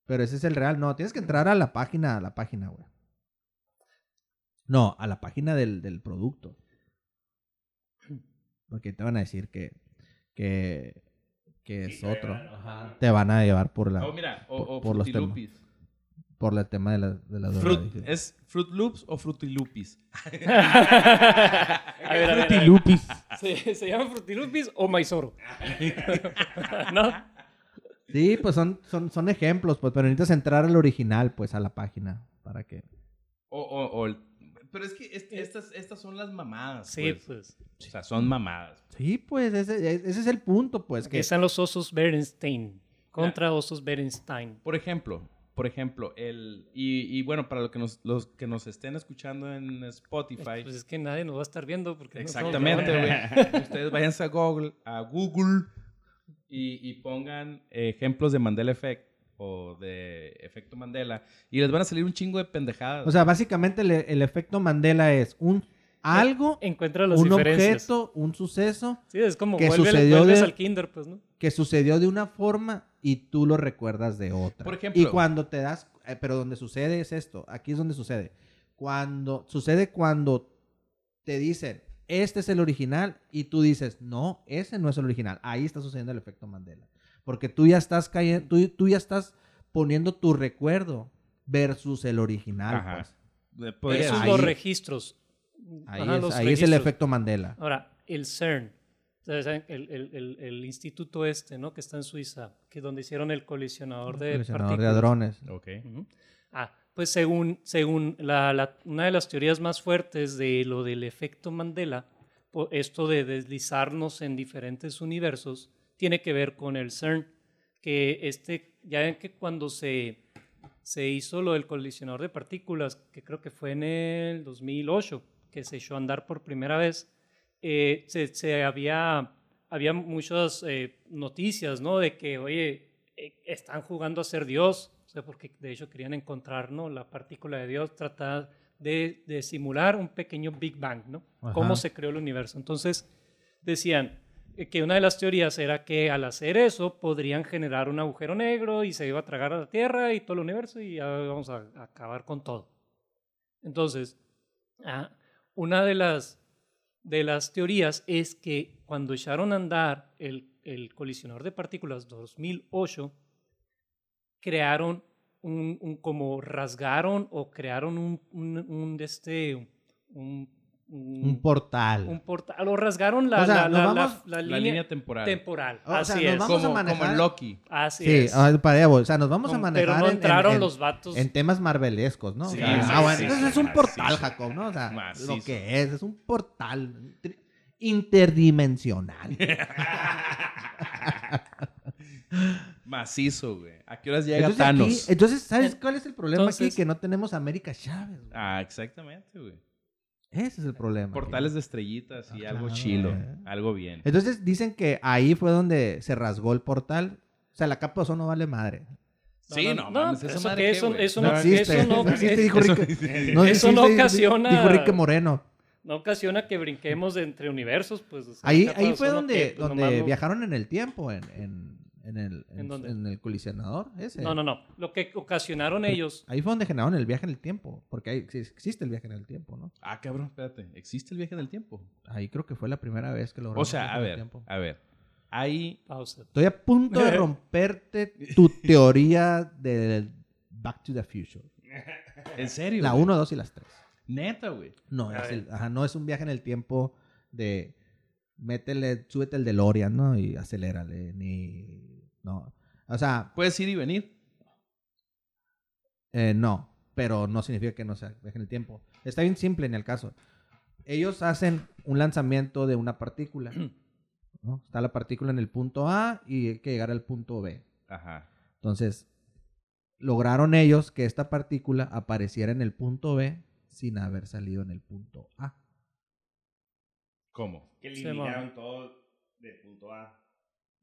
Speaker 5: pero ese es el real. No, tienes que entrar a la página, a la página, güey. No, a la página del, del producto. Porque te van a decir que, que, que es otro. Te van a llevar por la
Speaker 2: Oh, mira, o,
Speaker 5: Por-
Speaker 2: o
Speaker 5: por los
Speaker 2: Fruity Loopies.
Speaker 5: por el tema de, la, de las
Speaker 2: Fruit-
Speaker 5: drogas.
Speaker 2: ¿Es Fruit Loops o Frutilupis?
Speaker 5: este
Speaker 4: a ver, a ver, a ver.
Speaker 3: Frutilupis.
Speaker 4: ¿Se, se llama Frutilupis o Maizoro? (laughs) ¿No?
Speaker 5: Sí, pues son, son, son ejemplos, pues, pero necesitas entrar al original, pues, a la página para que...
Speaker 2: O, o- o el- Pero es que este- estas, estas son las mamadas.
Speaker 4: Sí,
Speaker 2: pues.
Speaker 4: pues.
Speaker 2: O sea, son mamadas.
Speaker 5: Sí, pues, ese, ese es el punto, pues,
Speaker 4: Aquí
Speaker 5: que...
Speaker 4: están los osos Bernstein contra osos Bernstein.
Speaker 2: Por ejemplo, por ejemplo, el. Y, y bueno, para lo que nos, los que nos estén escuchando en Spotify.
Speaker 4: Pues es que nadie nos va a estar viendo porque no estamos
Speaker 2: Exactamente,
Speaker 4: grabando.
Speaker 2: güey. (laughs) Ustedes váyanse a Google, a Google y, y pongan ejemplos de Mandela Effect o de efecto Mandela y les van a salir un chingo de pendejadas.
Speaker 5: O sea, básicamente el, el efecto Mandela es un
Speaker 2: Eh,
Speaker 5: algo,
Speaker 4: Encuentra las
Speaker 5: un
Speaker 4: diferencias.
Speaker 5: objeto, un suceso
Speaker 4: Sí, es como
Speaker 5: que
Speaker 4: vuelve-
Speaker 5: sucedió
Speaker 4: vuelves
Speaker 5: de-
Speaker 4: al kinder, pues, ¿no?
Speaker 5: que sucedió de una forma y tú lo recuerdas de otra.
Speaker 2: Por ejemplo.
Speaker 5: Y cuando te das, eh, pero donde sucede es esto, aquí es donde sucede. Cuando sucede cuando te dicen, "Este es el original" y tú dices, "No, ese no es el original." Ahí está sucediendo el efecto Mandela, porque tú ya estás cayendo, tú, tú ya estás poniendo tu recuerdo versus el original.
Speaker 2: Ajá.
Speaker 5: pues.
Speaker 2: De- podría-
Speaker 4: Esos
Speaker 5: ahí-
Speaker 4: los registros.
Speaker 5: Ahí,
Speaker 4: Ajá,
Speaker 5: es,
Speaker 4: los
Speaker 5: ahí es el
Speaker 4: registros.
Speaker 5: efecto Mandela.
Speaker 4: Ahora, el CERN, ustedes saben, el, el- el- el instituto este, ¿no? Que está en Suiza, que es donde hicieron el colisionador de
Speaker 5: Coleccionador de
Speaker 4: partículas.
Speaker 5: hadrones.
Speaker 2: Ok.
Speaker 4: Ujú. Ah, pues según, según la, la- una de las teorías más fuertes de lo del efecto Mandela, po- esto de deslizarnos en diferentes universos, tiene que ver con el CERN, que este, ya ven que cuando se, se hizo lo del colisionador de partículas, que creo que fue en el 2008, que se echó a andar por primera vez, eh, se, se había, había muchas eh, noticias, ¿no? De que, oye, eh, están jugando a ser Dios, o sea, porque de hecho querían encontrar, ¿no? La partícula de Dios, tratar de, de simular un pequeño Big Bang, ¿no?
Speaker 5: Ajá.
Speaker 4: Cómo se creó el universo. Entonces, decían eh, que una de las teorías era que al hacer eso podrían generar un agujero negro y se iba a tragar a la Tierra y todo el universo y ya vamos a- a acabar con todo. Entonces, ah, una de las, de las teorías es que cuando echaron a andar el, el colisionador de partículas 2008, crearon un, un- como rasgaron o crearon un, un, un de este, un, un,
Speaker 5: Un portal.
Speaker 4: un portal, o rasgaron la,
Speaker 5: O sea,
Speaker 4: la, la,
Speaker 5: nos
Speaker 4: la-
Speaker 5: vamos-
Speaker 4: la
Speaker 2: La
Speaker 4: línea,
Speaker 2: línea temporal.
Speaker 4: temporal.
Speaker 5: O sea,
Speaker 4: así
Speaker 5: nos
Speaker 4: es.
Speaker 5: vamos a
Speaker 2: como,
Speaker 5: manejar-
Speaker 2: como en Loki.
Speaker 4: Así
Speaker 5: Sí,
Speaker 4: es.
Speaker 5: ah, para allá voy. o sea, nos vamos a
Speaker 4: Como-
Speaker 5: manejar
Speaker 4: pero no
Speaker 5: en- en-
Speaker 4: entraron
Speaker 5: en-
Speaker 4: los vatos.
Speaker 5: En temas marvelescos, ¿no? O
Speaker 2: Sí,
Speaker 5: sea,
Speaker 2: macizo,
Speaker 5: ah, bueno, entonces es un
Speaker 2: macizo.
Speaker 5: portal, Jacob, ¿no? O sea,
Speaker 2: Macizo.
Speaker 5: lo que es, es un portal tri-
Speaker 4: (laughs)
Speaker 5: interdimensional.
Speaker 2: Macizo, güey. ¿A qué horas llega
Speaker 5: Entonces, aquí-
Speaker 2: Thanos?
Speaker 5: entonces, ¿sabes cuál es el problema aquí?
Speaker 4: Entonces-
Speaker 5: Que no tenemos a América Chávez. güey.
Speaker 2: Ah, exactamente, güey.
Speaker 5: Ese es el problema.
Speaker 2: Portales
Speaker 5: aquí.
Speaker 2: de estrellitas y
Speaker 5: Ah,
Speaker 2: algo
Speaker 5: claro,
Speaker 2: chilo.
Speaker 5: eh.
Speaker 2: Algo bien.
Speaker 5: Entonces dicen que ahí fue donde se rasgó el portal. O sea, la capa de ozono vale madre.
Speaker 2: Sí, no, mames, esa
Speaker 4: eso
Speaker 2: madre
Speaker 4: que
Speaker 2: qué,
Speaker 4: eso,
Speaker 2: güey.
Speaker 4: eso
Speaker 5: No
Speaker 4: no,
Speaker 5: existe,
Speaker 4: eso no,
Speaker 5: (laughs) no
Speaker 4: (laughs)
Speaker 5: existe, dijo
Speaker 2: Eso-
Speaker 5: Rick.
Speaker 3: No,
Speaker 5: No
Speaker 4: Eso no
Speaker 5: existe, di-
Speaker 4: ocasiona-
Speaker 5: Dijo Rick Moreno.
Speaker 4: no ocasiona que brinquemos de entre universos, pues. o sea,
Speaker 5: Ahí,
Speaker 4: cada
Speaker 5: ahí fue
Speaker 4: persona
Speaker 5: donde,
Speaker 4: que, pues,
Speaker 5: donde
Speaker 4: nomás no-
Speaker 5: viajaron en el tiempo, en, en, en el, en,
Speaker 4: ¿En dónde?
Speaker 5: en el colisionador ese.
Speaker 4: No, no, no. Lo que ocasionaron ellos.
Speaker 5: Ahí fue donde generaron el viaje en el tiempo, porque ahí sí existe el viaje en el tiempo, ¿no?
Speaker 2: Ah, cabrón, espérate. ¿Existe el viaje en el tiempo?
Speaker 5: Ahí creo que fue la primera vez que lograron.
Speaker 2: O sea, a ver, a ver. Hay...
Speaker 4: Pausa.
Speaker 5: Estoy a punto
Speaker 2: (laughs)
Speaker 5: de romperte tu teoría del Back to the Future.
Speaker 2: ¿En serio?
Speaker 5: La
Speaker 2: güey?
Speaker 5: 1, 2 y las 3.
Speaker 2: Neta, güey.
Speaker 5: No,
Speaker 4: A
Speaker 5: es
Speaker 4: ver.
Speaker 5: el- ajá, no es un viaje en el tiempo de métele, súbete el DeLorean, ¿no? Y acelérale, ni... No. O sea,
Speaker 2: Puedes ir y venir.
Speaker 5: eh, no, pero no significa que no sea viaje en el tiempo. Está bien simple en el caso. Ellos hacen un lanzamiento de
Speaker 2: (clears throat)
Speaker 5: una partícula. ¿no? Está la partícula en el punto A y hay que llegar al punto B.
Speaker 2: Ajá.
Speaker 5: Entonces, lograron ellos que esta partícula apareciera en el punto B sin haber salido en el punto A.
Speaker 2: ¿Cómo?
Speaker 3: Que
Speaker 4: Sí,
Speaker 3: eliminaron
Speaker 4: mamá.
Speaker 3: todo del punto A.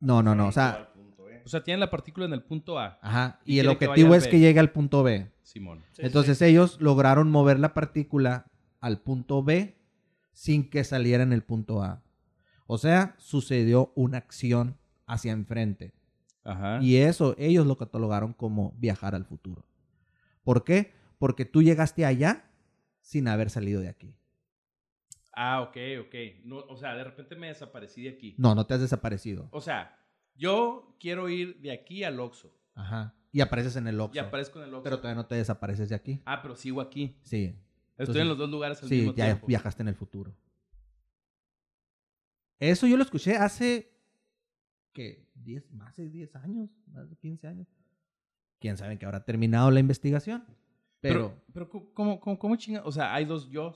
Speaker 5: No, no, no. O
Speaker 3: Todo
Speaker 5: sea,
Speaker 3: al punto B.
Speaker 2: O sea, tienen la partícula en el punto A,
Speaker 5: ajá.
Speaker 2: Y
Speaker 5: Y el
Speaker 2: quiere que
Speaker 5: objetivo
Speaker 2: vaya al
Speaker 5: es
Speaker 2: B.
Speaker 5: que llegue al punto B.
Speaker 2: Simón.
Speaker 4: Sí,
Speaker 5: Entonces, ellos lograron mover la partícula al punto B sin que saliera en el punto A. O sea, sucedió una acción hacia enfrente.
Speaker 4: Ah.
Speaker 2: Ajá.
Speaker 5: Y eso ellos lo catalogaron como viajar al futuro. ¿Por qué? Porque tú llegaste allá sin haber salido de aquí.
Speaker 2: Ah, ok, ok. No, o sea, de repente me desaparecí de aquí.
Speaker 5: No, no te has desaparecido.
Speaker 2: O sea, yo quiero ir de aquí al Oxxo.
Speaker 5: Ajá. Y apareces en el
Speaker 2: Y
Speaker 5: Oxxo.
Speaker 2: aparezco en el Oxxo.
Speaker 5: Pero todavía no te desapareces de aquí.
Speaker 2: Ah, pero sigo aquí. Estoy
Speaker 5: Sí.
Speaker 2: en
Speaker 5: Entonces,
Speaker 2: los dos lugares al
Speaker 5: Sí,
Speaker 2: mismo
Speaker 5: ya
Speaker 2: tiempo.
Speaker 5: viajaste en el futuro. Eso yo lo escuché hace que 10 más de 10 años, más de 15 años. Quién sabe que habrá terminado la investigación. Pero,
Speaker 2: Pero, pero ¿cómo- ¿cómo, cómo, cómo chinga? O sea, hay dos yo.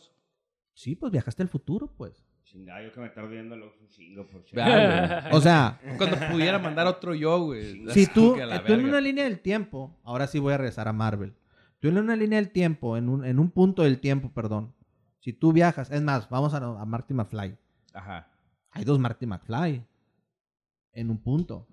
Speaker 5: sí, pues viajaste al futuro, pues.
Speaker 3: Chingado, yo que me estoy viendo el Oxxo un chingo. Por
Speaker 2: Vea,
Speaker 3: (laughs)
Speaker 2: (laughs)
Speaker 5: O sea, (laughs)
Speaker 2: Cuando pudiera mandar otro yo, güey.
Speaker 5: Si
Speaker 2: Así
Speaker 5: tú, eh,
Speaker 2: que a Ah, la
Speaker 5: tú en
Speaker 2: verga.
Speaker 5: una línea del tiempo, ahora sí voy a regresar a Marvel. Tú en una línea del tiempo, en un, en un punto del tiempo, perdón. Si tú viajas, es más, vamos a, a Marty McFly.
Speaker 2: Ajá.
Speaker 5: Hay dos Marty McFly en un punto.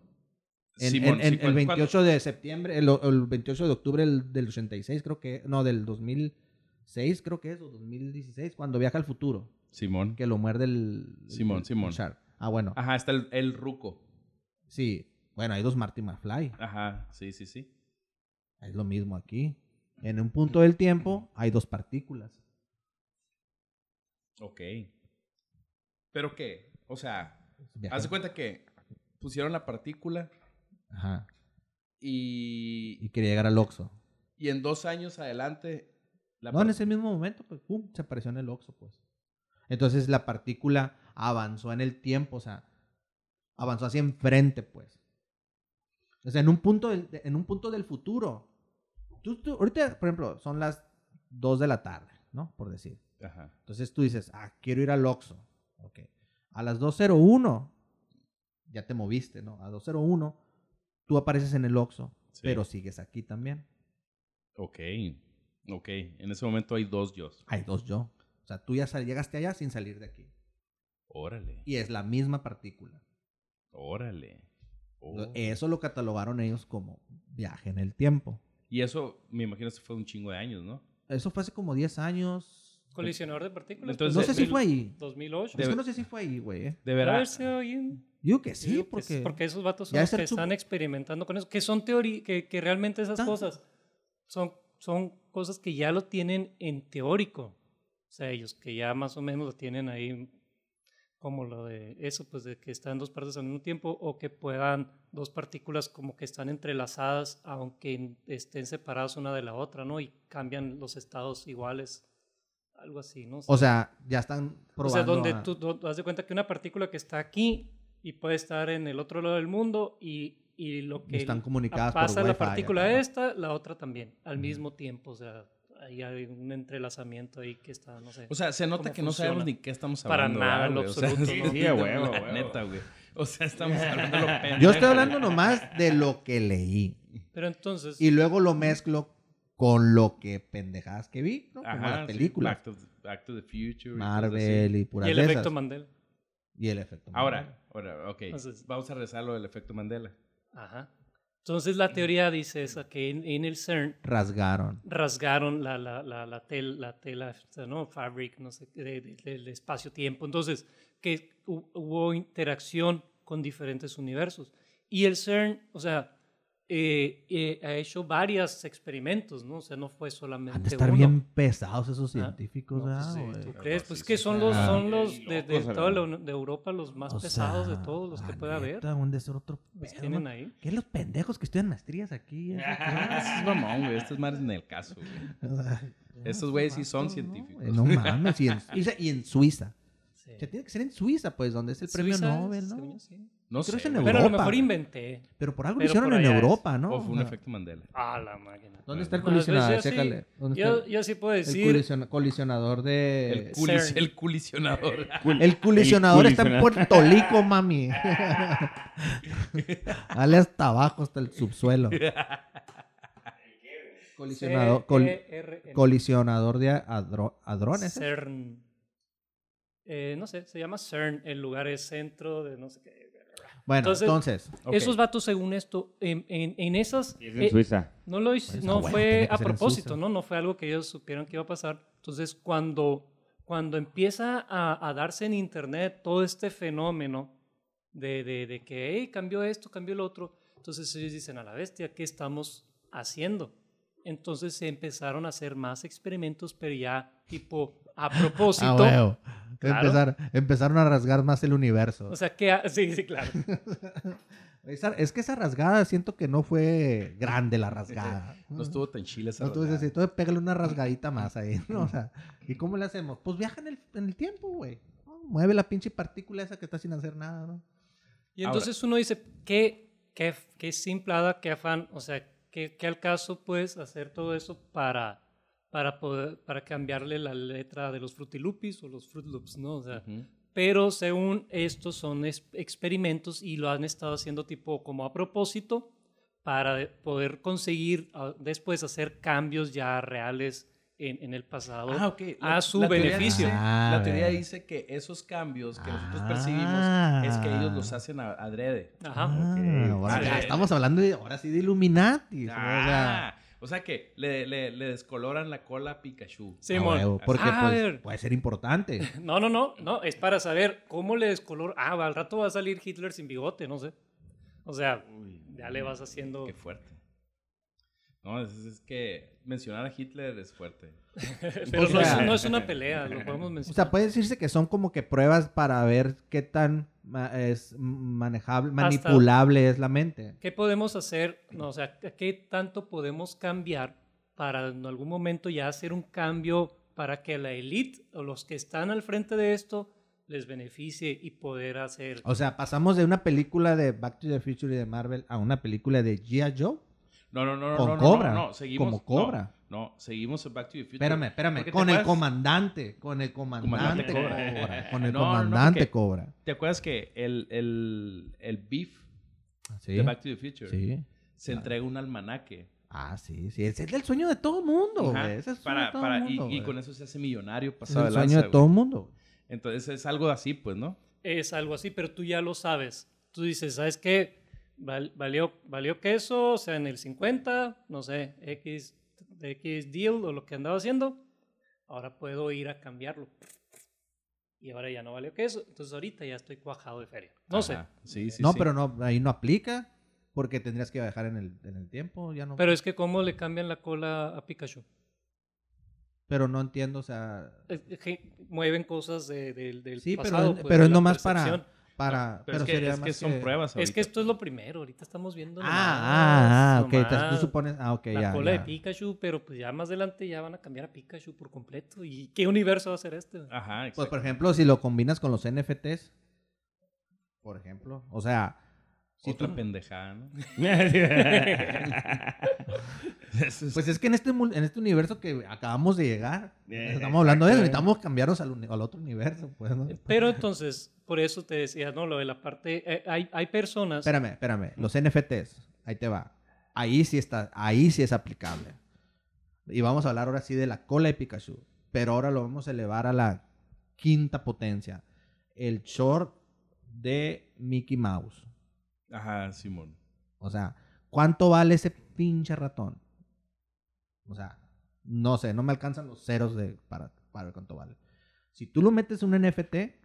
Speaker 5: En,
Speaker 2: Simón,
Speaker 5: en- en
Speaker 2: sí,
Speaker 5: el
Speaker 2: ¿cuándo-
Speaker 5: 28 de septiembre, el, el 28 de octubre del, del 86, creo que, no, del 2006, creo que es, o 2016, cuando viaja al futuro,
Speaker 2: cuándo? Simón.
Speaker 5: que lo muerde el. el-
Speaker 2: Simón,
Speaker 5: el
Speaker 2: Simón.
Speaker 5: Shark. Ah, bueno,
Speaker 2: Ajá, está el, el ruco.
Speaker 5: sí. Bueno, hay dos Marty McFly.
Speaker 2: Ajá, sí, sí, sí.
Speaker 5: Es lo mismo aquí. En un punto del tiempo hay dos partículas.
Speaker 2: Ok. ¿Pero qué? O sea,
Speaker 5: Viajan-
Speaker 2: haz de cuenta que pusieron la partícula
Speaker 5: Ajá. Y
Speaker 2: y,
Speaker 5: quería llegar al Oxxo.
Speaker 2: y en dos años adelante... La
Speaker 5: No, en
Speaker 2: par-
Speaker 5: ese mismo momento, pues, pum, se apareció en el Oxxo, pues. Entonces la partícula avanzó en el tiempo, o sea, avanzó hacia enfrente, pues. O sea, en un punto del, de- en un punto del futuro. Tú- tú- ahorita, por ejemplo, son las 2 de la tarde, ¿no? Por decir.
Speaker 2: Ajá.
Speaker 5: Entonces tú dices, ah, quiero ir al Oxxo. Ok. A las 2.01, ya te moviste, ¿no? A 2.01, tú apareces en el Oxxo,
Speaker 2: Sí.
Speaker 5: pero sigues aquí también.
Speaker 2: Ok. Ok. En ese momento hay dos yo.
Speaker 5: Hay dos yo. O sea, tú ya sal- llegaste allá sin salir de aquí.
Speaker 2: Órale.
Speaker 5: Y es la misma partícula.
Speaker 2: Órale. Oh.
Speaker 5: Eso lo catalogaron ellos como viaje en el tiempo.
Speaker 2: Y eso, me imagino, se fue un chingo de años, ¿no?
Speaker 5: Eso fue hace como 10 años.
Speaker 4: (laughs) Colisionador de partículas.
Speaker 2: Entonces,
Speaker 5: no
Speaker 4: pues,
Speaker 5: sé si fue ahí.
Speaker 4: 2008.
Speaker 5: Es que no sé si fue ahí, güey. eh.
Speaker 2: De
Speaker 4: Debe
Speaker 2: verdad.
Speaker 4: haber sido ahí en-
Speaker 5: Digo que
Speaker 4: Digo
Speaker 5: sí,
Speaker 4: que
Speaker 5: porque...
Speaker 4: pues, porque esos vatos son
Speaker 5: ya
Speaker 4: los
Speaker 5: ser
Speaker 4: que
Speaker 5: su-
Speaker 4: están experimentando con eso, que son teoría, que, que realmente esas
Speaker 5: Ah.
Speaker 4: cosas son, son cosas que ya lo tienen en teórico. O sea, ellos que ya más o menos lo tienen ahí como lo de eso, pues de que están dos partes al mismo tiempo o que puedan dos partículas como que están entrelazadas aunque en- estén separadas una de la otra, ¿no? Y cambian los estados iguales, algo así, ¿no?
Speaker 5: O sea, ya están
Speaker 4: O sea,
Speaker 5: probando
Speaker 4: donde
Speaker 5: a-
Speaker 4: tú, tú das de cuenta que una partícula que está aquí y puede estar en el otro lado del mundo y, y lo que
Speaker 5: Están comunicadas por
Speaker 4: pasa la
Speaker 5: Wi-Fi,
Speaker 4: partícula
Speaker 5: ajá.
Speaker 4: esta, la otra también, al
Speaker 5: Ujú.
Speaker 4: mismo tiempo. O sea, ahí hay un entrelazamiento ahí que está, no sé.
Speaker 2: O sea, se nota
Speaker 4: ¿Cómo
Speaker 2: que no
Speaker 4: funciona?
Speaker 2: sabemos ni qué estamos
Speaker 4: Para
Speaker 2: hablando.
Speaker 4: nada, en lo
Speaker 2: güey? O sea,
Speaker 4: absoluto,
Speaker 2: es
Speaker 4: ¿no?
Speaker 3: Sí, a huevo,
Speaker 2: (laughs) la
Speaker 3: a huevo.
Speaker 2: neta, güey. O sea, (laughs) estamos hablando de lo pendejo.
Speaker 5: Yo estoy hablando nomás de lo que leí.
Speaker 4: Pero entonces,
Speaker 5: Y luego lo mezclo con lo que pendejadas que vi, ¿no? Como
Speaker 2: Ajá,
Speaker 5: las
Speaker 2: sí,
Speaker 5: películas.
Speaker 2: Back, to, Back to the Future. y cosas así.
Speaker 5: Marvel y
Speaker 4: y
Speaker 5: puras
Speaker 4: el
Speaker 5: de
Speaker 4: efecto
Speaker 5: esas.
Speaker 4: Mandela.
Speaker 5: Y el efecto.
Speaker 2: Ahora, ahora, ok.
Speaker 4: Entonces-
Speaker 2: Vamos a rezar lo del efecto Mandela.
Speaker 4: Ajá. Entonces la teoría dice esa, que en, en el CERN
Speaker 5: Rasgaron.
Speaker 4: rasgaron la, la, la, la, tel- la tela, o sea, ¿no? Fabric, no sé, qué, de- de- del espacio-tiempo. Entonces, que hu- hubo interacción con diferentes universos. Y el CERN, o sea, eh, eh, ha hecho varios experimentos, ¿no? O sea, no fue solamente
Speaker 5: Han de estar
Speaker 4: uno.
Speaker 5: bien pesados esos
Speaker 4: Ah,
Speaker 5: científicos,
Speaker 4: No,
Speaker 5: ¿verdad,
Speaker 4: pues, sí,
Speaker 5: güey?
Speaker 4: ¿Tú
Speaker 2: No,
Speaker 4: crees?
Speaker 2: sí,
Speaker 4: Pues
Speaker 2: sí,
Speaker 4: que
Speaker 2: sí.
Speaker 4: son los,
Speaker 5: Ah.
Speaker 4: son los de, de
Speaker 3: Locos,
Speaker 4: toda la
Speaker 3: hermano.
Speaker 4: Unión- de Europa los más
Speaker 5: O
Speaker 4: pesados de
Speaker 5: sea,
Speaker 4: todos los que
Speaker 5: la
Speaker 4: puede haber.
Speaker 5: neta, han de ser otro
Speaker 4: Pues
Speaker 5: pedo,
Speaker 4: tienen
Speaker 5: ¿no?
Speaker 4: ahí. Ah,
Speaker 5: ¿Qué los pendejos que estudian
Speaker 4: (laughs)
Speaker 5: maestrías aquí? eh?
Speaker 2: Este es mamón, güey. Este es más en el caso, güey.
Speaker 5: O (laughs) sea,
Speaker 2: Estos güeyes sí
Speaker 5: vatos,
Speaker 2: son
Speaker 5: ¿no?
Speaker 2: científicos.
Speaker 4: pues.
Speaker 5: Eh, No mames, y en Suiza. Y en
Speaker 4: (laughs)
Speaker 5: Suiza.
Speaker 4: Sí.
Speaker 5: O sea, tiene que ser en Suiza, pues, donde es el
Speaker 4: Suiza,
Speaker 5: premio Nobel,
Speaker 4: según yo,
Speaker 5: ¿no?
Speaker 4: sí.
Speaker 2: No
Speaker 5: Creo
Speaker 2: sé.
Speaker 5: que en
Speaker 2: güey.
Speaker 4: Pero a lo
Speaker 5: Europa,
Speaker 4: mejor
Speaker 5: güey.
Speaker 4: inventé.
Speaker 5: Pero por algo lo
Speaker 4: Pero
Speaker 5: hicieron
Speaker 4: por
Speaker 5: en
Speaker 4: allá es.
Speaker 5: Europa, ¿no?
Speaker 2: O fue un
Speaker 5: O sea,
Speaker 2: efecto Mandela.
Speaker 4: A la máquina.
Speaker 5: ¿Dónde está el
Speaker 4: Bueno,
Speaker 5: colisionador?
Speaker 4: yo sí-
Speaker 5: Chécale. ¿Dónde está
Speaker 4: Yo,
Speaker 5: el-
Speaker 4: yo sí puedo
Speaker 5: el
Speaker 4: decir.
Speaker 5: colisiona- colisionador de...
Speaker 2: El, culis-
Speaker 4: CERN.
Speaker 2: el colisionador.
Speaker 5: El colisionador está en
Speaker 3: culicionador.
Speaker 5: Puerto Rico,
Speaker 4: (laughs)
Speaker 5: mami. (laughs) Dale hasta abajo, hasta
Speaker 4: (laughs)
Speaker 5: el subsuelo. Colisionador, col-
Speaker 4: CERN.
Speaker 5: colisionador de adro- hadrones. ¿eh?
Speaker 4: CERN. E Eh, no sé, se llama CERN. El lugar es centro de no sé qué.
Speaker 5: Bueno,
Speaker 4: Entonces-
Speaker 5: entonces,
Speaker 2: Ok.
Speaker 4: Esos vatos, según esto, en, en- en esas.
Speaker 3: Y es en
Speaker 4: eh,
Speaker 3: Suiza.
Speaker 4: no lo hic-
Speaker 5: Pues,
Speaker 4: no
Speaker 5: ah, bueno, tenía
Speaker 4: fue
Speaker 5: que
Speaker 4: a
Speaker 5: ser en
Speaker 4: propósito,
Speaker 5: Suiza.
Speaker 4: ¿no? No fue algo que ellos supieron que iba a pasar. Entonces, cuando, cuando empieza a, a darse en Internet todo este fenómeno de, de- de que "Ey, cambió esto, cambió lo otro, entonces ellos dicen a la bestia, ¿qué estamos haciendo? Entonces se empezaron a hacer más experimentos, pero ya tipo a
Speaker 5: (laughs) ah,
Speaker 4: propósito. Claro.
Speaker 5: huevo.
Speaker 4: Pues
Speaker 5: Empezar- empezaron a rasgar más el universo.
Speaker 4: O sea, que ha- sí, sí, claro.
Speaker 5: Esa- es que esa rasgada siento que no fue grande la rasgada.
Speaker 2: No estuvo tan chila esa
Speaker 5: No, tú dices,
Speaker 2: rodada.
Speaker 5: sí, tú pégale una rasgadita más ahí, ¿no? O sea, ¿y cómo le hacemos? Pues viaja en el, en el tiempo, güey. No, mueve la pinche partícula esa que está sin hacer nada, ¿no?
Speaker 4: Y entonces uno dice, qué, qué, qué simplada, qué afán, o sea, qué, qué al caso puedes hacer todo eso para, para, poder, para cambiarle la letra de los frutilupis o los Fruit Loops, ¿no? O sea,
Speaker 2: (laughs) Ujú.
Speaker 4: pero según estos son es- experimentos y lo han estado haciendo tipo como a propósito para de- poder conseguir ah, después hacer cambios ya reales en, en el pasado.
Speaker 2: Ah, ok.
Speaker 4: a su
Speaker 2: teoría
Speaker 4: beneficio.
Speaker 2: dice-
Speaker 5: Ah,
Speaker 2: la teoría
Speaker 5: ver.
Speaker 2: dice que esos cambios que nosotros
Speaker 5: Ah.
Speaker 2: percibimos es que ellos los hacen a- adrede.
Speaker 4: Ajá.
Speaker 5: Ah, ahora
Speaker 2: Vale.
Speaker 5: ya estamos hablando de, ahora sí de Illuminati. ¿no? O sea,
Speaker 2: Ah, o sea que le, le- le descoloran la cola a Pikachu.
Speaker 5: a
Speaker 4: Simón.
Speaker 5: huevo, porque
Speaker 4: Ah, a
Speaker 5: pues,
Speaker 4: ver.
Speaker 5: puede ser importante.
Speaker 4: No, no, no, no, es para saber cómo le descolor. Ah, al rato va a salir Hitler sin bigote, no sé. O sea, ya le vas haciendo. (laughs)
Speaker 2: Qué fuerte. No, es, es que mencionar a Hitler es fuerte.
Speaker 4: Pero no es, no es una pelea, lo podemos
Speaker 5: O
Speaker 4: mencionar.
Speaker 5: sea, pues puede decirse que son como que pruebas para ver qué tan ma- es manejable, manipulable es la mente.
Speaker 4: ¿Qué podemos hacer? No, o sea, ¿qué tanto podemos cambiar para en algún momento ya hacer un cambio para que la élite o los que están al frente de esto les beneficie y poder hacer.
Speaker 5: O sea, pasamos de una película de Back to the Future y de Marvel a una película de G.I. Joe.
Speaker 2: No, no, no, no,
Speaker 5: Con
Speaker 2: no, no,
Speaker 5: Cobra,
Speaker 2: no, no, seguimos.
Speaker 5: como Cobra.
Speaker 2: No, no, seguimos en Back to the Future.
Speaker 5: Espérame, espérame.
Speaker 2: Porque te
Speaker 5: Con el
Speaker 2: acuerdas-
Speaker 5: comandante. Con el comandante,
Speaker 2: Comandante
Speaker 5: cobra.
Speaker 2: Cobra.
Speaker 5: Con el
Speaker 2: No, no, no,
Speaker 5: comandante
Speaker 2: porque-
Speaker 5: cobra.
Speaker 2: ¿Te acuerdas que el, el, el beef
Speaker 5: Sí.
Speaker 2: de Back to the Future
Speaker 5: Sí.
Speaker 2: se entrega un almanaque?
Speaker 5: Ah, sí, sí. Ese es el sueño de todo mundo,
Speaker 2: Ajá,
Speaker 5: güey. Ese es el sueño de
Speaker 2: para,
Speaker 5: todo
Speaker 2: para,
Speaker 5: mundo,
Speaker 2: y, y
Speaker 5: güey.
Speaker 2: con eso se hace millonario
Speaker 5: Ese es
Speaker 2: pasado de
Speaker 5: el sueño
Speaker 2: lanza,
Speaker 5: de
Speaker 2: güey.
Speaker 5: todo mundo. güey.
Speaker 2: Entonces es algo así, pues, ¿no?
Speaker 4: es algo así, pero tú ya lo sabes. Tú dices, ¿sabes qué? Val- valió, valió queso, o sea, en el 50, no sé, X, X deal o lo que andaba haciendo. Ahora puedo ir a cambiarlo. Y ahora ya no valió queso. Entonces ahorita ya estoy cuajado de feria. No sé.
Speaker 2: Ajá, Sí, sí,
Speaker 5: no,
Speaker 2: sí.
Speaker 5: pero no, ahí no aplica. Porque tendrías que viajar en el, en el tiempo. Ya no, pero,
Speaker 4: Pero es que cómo le cambian la cola a Pikachu.
Speaker 5: no entiendo, o sea.
Speaker 4: Es que eh, mueven cosas de- del- del
Speaker 5: Sí, pero,
Speaker 4: pasado.
Speaker 5: es-
Speaker 4: pues,
Speaker 5: pero
Speaker 4: de
Speaker 5: es
Speaker 4: la
Speaker 5: nomás para.
Speaker 4: percepción.
Speaker 5: para
Speaker 2: Pero, es que,
Speaker 5: sería
Speaker 2: es
Speaker 5: más
Speaker 2: que son pruebas
Speaker 4: Es que
Speaker 2: ahorita.
Speaker 4: esto es lo primero. Ahorita estamos viendo.
Speaker 5: Ah, ah, ah,
Speaker 4: nomás,
Speaker 5: ok. Entonces tú
Speaker 4: nomás.
Speaker 5: supones. Ah, ok,
Speaker 4: la
Speaker 5: ya.
Speaker 4: cola
Speaker 5: ya.
Speaker 4: de Pikachu, pero pues ya más adelante ya van a cambiar a Pikachu por completo. ¿Y qué universo va a ser este?
Speaker 2: Ajá,
Speaker 5: Pues,
Speaker 2: exacto.
Speaker 5: por ejemplo, si lo combinas con los NFTs, por ejemplo, o sea, si
Speaker 2: Otra
Speaker 5: tú-
Speaker 2: pendejada, ¿no?
Speaker 5: (laughs)
Speaker 2: Eso es-
Speaker 5: pues es que en este, mul- en este universo que acabamos de llegar,
Speaker 3: Eh,
Speaker 5: estamos hablando de eso,
Speaker 3: exacto.
Speaker 5: necesitamos cambiarnos al, uni- al otro universo, pues, ¿no?
Speaker 4: Pero entonces, por eso te decía, no, lo de la parte, eh, hay, hay personas,
Speaker 5: Espérame, espérame, los NFTs, ahí te va, ahí sí está, ahí sí es aplicable. Y vamos a hablar ahora sí de la cola de Pikachu, pero ahora lo vamos a elevar a la quinta potencia, el short de Mickey Mouse.
Speaker 2: Ajá, Simón.
Speaker 5: O sea, ¿Cuánto vale ese pinche ratón? O sea, no sé, no me alcanzan los ceros de, para, para ver cuánto vale. Si tú lo metes en un NFT,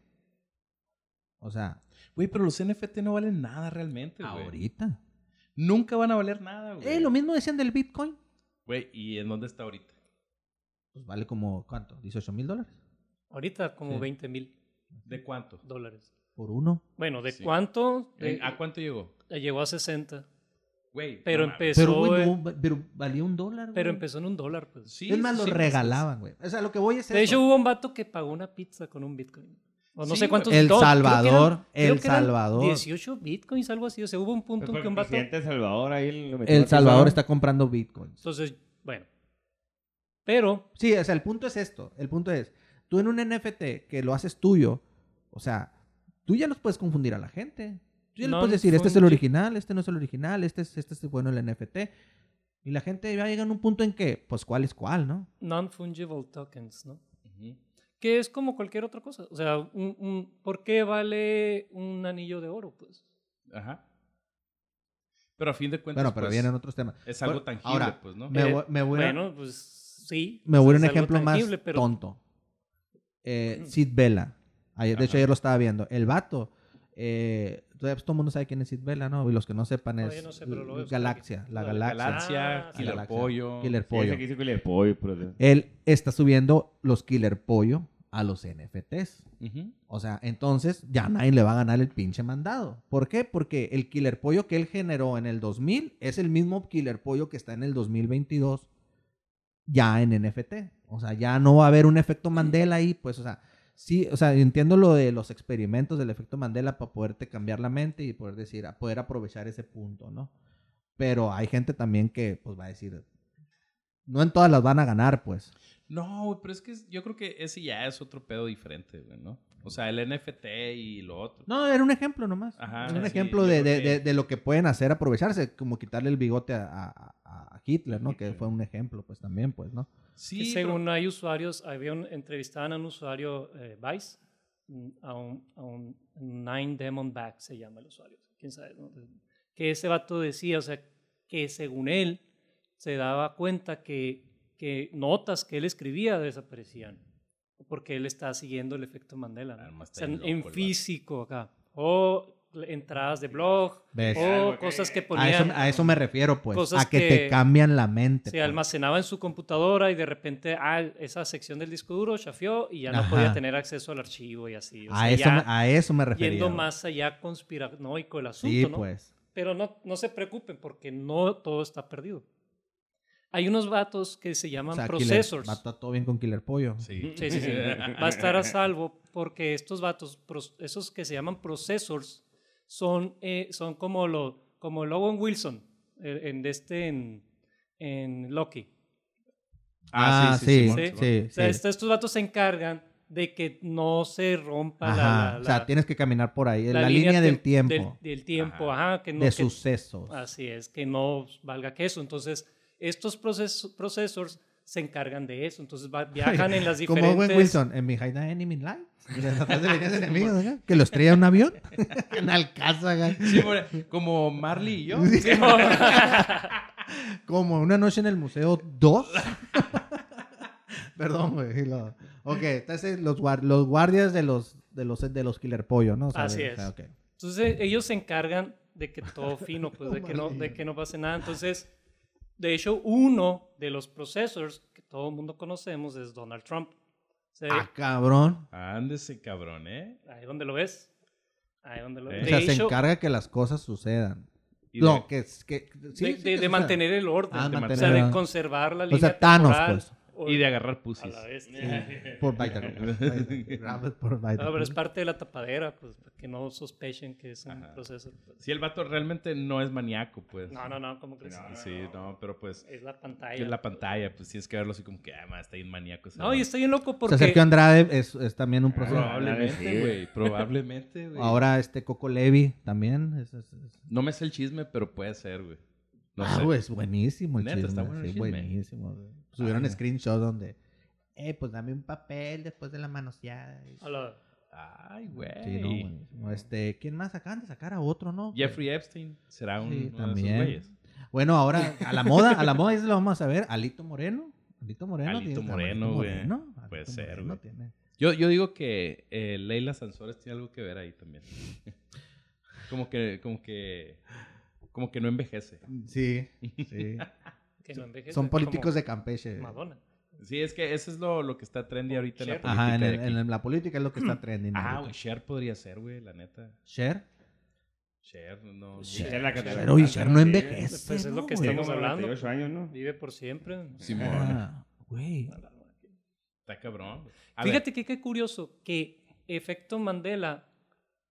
Speaker 5: o sea,
Speaker 2: Güey, pero los NFT no valen nada realmente, güey.
Speaker 5: ahorita.
Speaker 2: Nunca van a valer nada, güey.
Speaker 5: Eh, lo mismo decían del Bitcoin.
Speaker 2: Güey, ¿y en dónde está ahorita?
Speaker 5: Pues vale como, ¿cuánto? 18 mil dólares.
Speaker 4: Ahorita como
Speaker 5: Sí.
Speaker 4: 20 mil
Speaker 2: ¿De cuánto?
Speaker 4: dólares.
Speaker 5: Por uno.
Speaker 4: Bueno, ¿de
Speaker 2: Sí.
Speaker 4: cuánto? De-
Speaker 2: ¿En- ¿A cuánto llegó?
Speaker 4: llegó a 60.
Speaker 2: Güey.
Speaker 4: Pero
Speaker 2: no mames.
Speaker 4: empezó,
Speaker 5: Pero, güey,
Speaker 4: eh,
Speaker 5: no, va- pero valía un dólar.
Speaker 4: pero
Speaker 5: güey.
Speaker 4: empezó en un dólar. Pues.
Speaker 2: Mm. Sí,
Speaker 5: es más, lo
Speaker 2: sí, sí.
Speaker 5: regalaban, güey. O sea, lo que voy es
Speaker 4: De
Speaker 5: eso.
Speaker 4: hecho, hubo un vato que pagó una pizza con un bitcoin. O no
Speaker 2: Sí,
Speaker 4: sé cuántos
Speaker 5: El
Speaker 4: no, creo que eran-
Speaker 5: Salvador,
Speaker 4: creo
Speaker 5: El
Speaker 4: que eran
Speaker 5: Salvador.
Speaker 4: 18 bitcoins, algo así. O sea, hubo un punto en que
Speaker 3: el
Speaker 4: un vato.
Speaker 3: presidente de Salvador ahí lo metió
Speaker 5: El
Speaker 3: al
Speaker 5: Salvador
Speaker 3: tesoro.
Speaker 5: está comprando bitcoins.
Speaker 4: Entonces, bueno. Pero,
Speaker 5: Sí, o sea, el punto es esto. El punto es, tú en un NFT que lo haces tuyo, o sea, tú ya los puedes confundir a la gente. Tú ya
Speaker 4: No,
Speaker 5: les puedes decir,
Speaker 4: fue
Speaker 5: este es
Speaker 4: un
Speaker 5: el
Speaker 4: chi-
Speaker 5: original, este no es el original, este es, este es bueno el NFT. Y la gente ya llega a un punto en que, pues, ¿cuál es cuál, no?
Speaker 4: non-fungible tokens, ¿no?
Speaker 2: Ujú.
Speaker 4: Que es como cualquier otra cosa. O sea, un, un- ¿por qué vale un anillo de oro? Pues
Speaker 2: Ajá. Pero a fin de cuentas,
Speaker 5: Bueno, pero
Speaker 2: pues,
Speaker 5: vienen otros temas.
Speaker 2: es algo
Speaker 5: Bueno,
Speaker 2: tangible,
Speaker 5: ahora,
Speaker 2: pues, ¿no?
Speaker 5: Me
Speaker 4: Eh,
Speaker 5: voy- me voy a-
Speaker 4: Bueno, pues sí.
Speaker 5: Me
Speaker 4: o
Speaker 5: voy
Speaker 4: sea,
Speaker 5: a un
Speaker 4: es algo
Speaker 5: ejemplo
Speaker 4: tangible,
Speaker 5: más
Speaker 4: pero
Speaker 5: tonto. Eh,
Speaker 4: Mm.
Speaker 5: Sid Vela. Ayer- de hecho,
Speaker 2: Ajá.
Speaker 5: ayer lo estaba viendo. El vato. eh, todavía, pues, todo el mundo sabe quién es Sid Vela, ¿no? Y los que no sepan
Speaker 4: No,
Speaker 5: es
Speaker 4: yo no sé, pero lo veo.
Speaker 5: Galaxia. La
Speaker 4: Lo de
Speaker 5: Galaxia.
Speaker 2: Galaxia,
Speaker 4: Ah, sí.
Speaker 2: Killer
Speaker 5: Galaxia,
Speaker 2: Pollo.
Speaker 5: Killer
Speaker 3: Sí,
Speaker 5: Pollo.
Speaker 3: ese que hizo Killer Pollo, pero-
Speaker 5: Él está subiendo los Killer Pollo a los NFTs.
Speaker 2: Ujú.
Speaker 5: O sea, entonces ya nadie le va a ganar el pinche mandado. ¿Por qué? Porque el Killer Pollo que él generó en el 2000 es el mismo Killer Pollo que está en el 2022 ya en NFT. O sea, ya no va a haber un efecto Mandela ahí, pues, o sea, sí, o sea, entiendo lo de los experimentos del efecto Mandela para poderte cambiar la mente y poder decir, a poder aprovechar ese punto, ¿no? Pero hay gente también que, pues, va a decir, no en todas las van a ganar, pues.
Speaker 2: No, güey, pero es que es- yo creo que ese ya es otro pedo diferente, güey, ¿no? O sea, el NFT y lo otro.
Speaker 5: No, era un ejemplo nomás.
Speaker 2: Ajá,
Speaker 5: Era un
Speaker 2: sí,
Speaker 5: ejemplo
Speaker 2: yo
Speaker 5: de,
Speaker 2: creo
Speaker 5: de-
Speaker 2: que-
Speaker 5: de- de lo que pueden hacer aprovecharse, como quitarle el bigote a, a- a- a Hitler, ¿no? Que
Speaker 3: Hitler.
Speaker 5: fue un ejemplo, pues también, pues, ¿no?
Speaker 4: que
Speaker 2: Sí, pero-
Speaker 4: según hay usuarios, había un- entrevistaban a un usuario eh, Vice, mm, a un, a un Nine Demonback se llama el usuario, quién sabe, ¿no? que ese vato decía, o sea, que según él se daba cuenta que, que notas que él escribía desaparecían, porque él está siguiendo el efecto Mandela, ¿no?
Speaker 2: Ah, nomás
Speaker 4: O sea,
Speaker 2: está bien
Speaker 4: en
Speaker 2: loco el vato.
Speaker 4: físico acá, o entradas de blog,
Speaker 5: ¿Ves?
Speaker 4: o cosas que
Speaker 5: A
Speaker 4: Oh, ponían...
Speaker 5: eso, a eso me refiero, pues,
Speaker 4: Cosas
Speaker 5: a que,
Speaker 4: que
Speaker 5: te cambian la mente.
Speaker 4: se
Speaker 5: pues.
Speaker 4: almacenaba en su computadora y de repente ah, esa sección del disco duro chafió y ya no
Speaker 5: Ajá.
Speaker 4: podía tener acceso al archivo y así. O
Speaker 5: a,
Speaker 4: sea,
Speaker 5: eso
Speaker 4: ya
Speaker 5: me, a eso me refiero.
Speaker 4: yendo más allá conspiranoico el asunto,
Speaker 5: sí,
Speaker 4: ¿no?
Speaker 5: pues.
Speaker 4: Pero no, no se preocupen porque no todo está perdido. Hay unos vatos que se llaman
Speaker 5: O sea, Killer-
Speaker 4: processors.
Speaker 5: va todo bien con Killer Pollo.
Speaker 2: Sí.
Speaker 4: Sí, sí, sí. Va a estar a salvo porque estos vatos, pros- esos que se llaman processors, son, eh, son como, lo, como el Owen Wilson eh, en, de este, en, en Loki.
Speaker 5: (laughs) Ah, sí,
Speaker 2: Simón,
Speaker 4: sí.
Speaker 2: Simón.
Speaker 5: sí,
Speaker 4: O sea,
Speaker 5: sí.
Speaker 4: est- estos datos se encargan de que no se rompa la-
Speaker 5: Ajá,
Speaker 4: la,
Speaker 5: o sea,
Speaker 4: la-
Speaker 5: tienes que caminar por ahí,
Speaker 4: la
Speaker 5: la, línea del
Speaker 4: tem-
Speaker 5: tiempo,
Speaker 4: Del, del tiempo, ajá. que no,
Speaker 5: de
Speaker 4: que-
Speaker 5: sucesos.
Speaker 4: Así es, que no valga que eso. Entonces, estos proces- processors se encargan de eso.
Speaker 5: (laughs)
Speaker 4: Entonces, va- viajan en las
Speaker 5: Como
Speaker 4: diferentes...
Speaker 5: Owen
Speaker 4: (laughs)
Speaker 5: Wilson en mi High Enemy (laughs) Live. Que lo estrella un (laughs) avión. en Alcázar. acá.
Speaker 2: Sí, güey, como Marley y yo.
Speaker 5: Como una noche en el museo (laughs) 2. Perdón, güey. lo- Ok, entonces los, guar- los guardias de los, de los de los killer pollo, ¿no? O sea,
Speaker 4: Así
Speaker 5: de-
Speaker 4: es.
Speaker 5: o sea, ok.
Speaker 4: Entonces ellos se encargan de que todo fino, pues de que no, de
Speaker 5: Maravilla.
Speaker 4: que no pase nada. Entonces, de hecho, uno de los processors que todo el mundo conocemos es Donald Trump. Se-
Speaker 5: Ah, cabrón.
Speaker 2: Ándese, cabrón, ¿eh?
Speaker 4: Ahí donde lo ves. Ahí donde lo
Speaker 2: Eh.
Speaker 4: ves. De
Speaker 5: Ah. O sea, se
Speaker 4: hecho,
Speaker 5: encarga que las cosas sucedan.
Speaker 2: Y
Speaker 5: No,
Speaker 2: de-
Speaker 5: que, que sí,
Speaker 4: de,
Speaker 5: sí
Speaker 4: de-
Speaker 5: que
Speaker 4: de
Speaker 5: sucedan.
Speaker 4: mantener el orden.
Speaker 5: Ah,
Speaker 4: de o
Speaker 5: mantener
Speaker 4: sea, de
Speaker 5: el-
Speaker 4: conservar la
Speaker 5: o
Speaker 4: línea
Speaker 5: sea, Thanos,
Speaker 4: temporal,
Speaker 5: pues.
Speaker 4: o-
Speaker 2: y de agarrar
Speaker 4: a
Speaker 2: pusis.
Speaker 4: la vez.
Speaker 5: Por
Speaker 4: (laughs)
Speaker 5: Biden. Rabbit por Biden.
Speaker 4: No, pero es parte de la tapadera, pues, para que no sospechen que es un
Speaker 2: Ajá.
Speaker 4: processor. pues.
Speaker 2: Si el vato realmente no es maníaco, pues.
Speaker 4: No, no, no, ¿cómo crees?
Speaker 2: Sí, no, pero pues
Speaker 4: Es la
Speaker 2: que
Speaker 4: pantalla.
Speaker 2: es la pantalla, pues tienes que verlo así como que, ah, ma, está bien maníaco. ese
Speaker 4: No, y
Speaker 2: vato.
Speaker 4: estoy bien loco
Speaker 5: O
Speaker 4: porque...
Speaker 5: sea, Sergio Andrade es, es también un profesor.
Speaker 2: Probablemente,
Speaker 3: Sí.
Speaker 2: güey. Probablemente, güey.
Speaker 5: Ah, Ahora este Coco Levi también. es- es- es-
Speaker 2: No me sé el chisme, pero puede ser, güey. No
Speaker 5: ah,
Speaker 2: sé.
Speaker 5: güey, es buenísimo el
Speaker 2: Neta,
Speaker 5: chisme.
Speaker 2: está bueno el
Speaker 5: sí,
Speaker 2: chisme. Ah,
Speaker 5: buenísimo. güey. Subieron
Speaker 2: Ay, no.
Speaker 5: screenshots donde, eh, pues dame un papel después de la manoseada.
Speaker 4: A la-
Speaker 2: Ay, güey.
Speaker 5: Sí, no, buenísimo. Este, ¿quién más? Acaban de sacar a otro, ¿no?
Speaker 2: Jeffrey Epstein será un,
Speaker 5: Sí,
Speaker 2: uno de esos
Speaker 5: también.
Speaker 2: güeyes.
Speaker 5: Bueno, ahora a la moda,
Speaker 2: (laughs)
Speaker 5: a la moda, eso lo vamos a ver. Alito Moreno. Alito Moreno.
Speaker 2: Alito
Speaker 5: tiene-
Speaker 2: Moreno, güey.
Speaker 5: Alito
Speaker 2: Puede ser,
Speaker 5: Moreno
Speaker 2: güey.
Speaker 5: tiene.
Speaker 2: Yo, yo digo que eh, Leila Sansores tiene algo que ver ahí también. (laughs) como que, como que, como que no envejece.
Speaker 5: Sí,
Speaker 2: (laughs)
Speaker 5: sí.
Speaker 4: que no envejece,
Speaker 5: Son políticos
Speaker 4: como
Speaker 5: de Campeche.
Speaker 4: Madonna.
Speaker 2: Sí, es que eso es lo, lo que está trendy ahorita en la
Speaker 4: Oh, Cher.
Speaker 2: política.
Speaker 5: Ajá, en,
Speaker 2: de
Speaker 5: el- pues.
Speaker 2: aquí.
Speaker 5: en la política es lo
Speaker 2: (clears throat)
Speaker 5: que está trending.
Speaker 2: Ajá,
Speaker 5: ahorita.
Speaker 2: güey, Cher podría ser, güey, la neta.
Speaker 5: Cher.
Speaker 2: Cher, no.
Speaker 3: Cher,
Speaker 2: Cher,
Speaker 3: la que-
Speaker 2: Cher.
Speaker 3: Pero,
Speaker 5: Pero, oye, Cher no
Speaker 3: sí,
Speaker 5: envejece.
Speaker 4: pues, es lo
Speaker 5: ¿no,
Speaker 4: que
Speaker 5: güey?
Speaker 3: Tiene
Speaker 4: estamos
Speaker 3: como
Speaker 4: hablando.
Speaker 3: 98 años, ¿no?
Speaker 4: Vive por siempre. no sé.
Speaker 2: Simón.
Speaker 5: Ah, Güey.
Speaker 2: Está cabrón. güey. A ver,
Speaker 4: Fíjate que qué curioso que efecto Mandela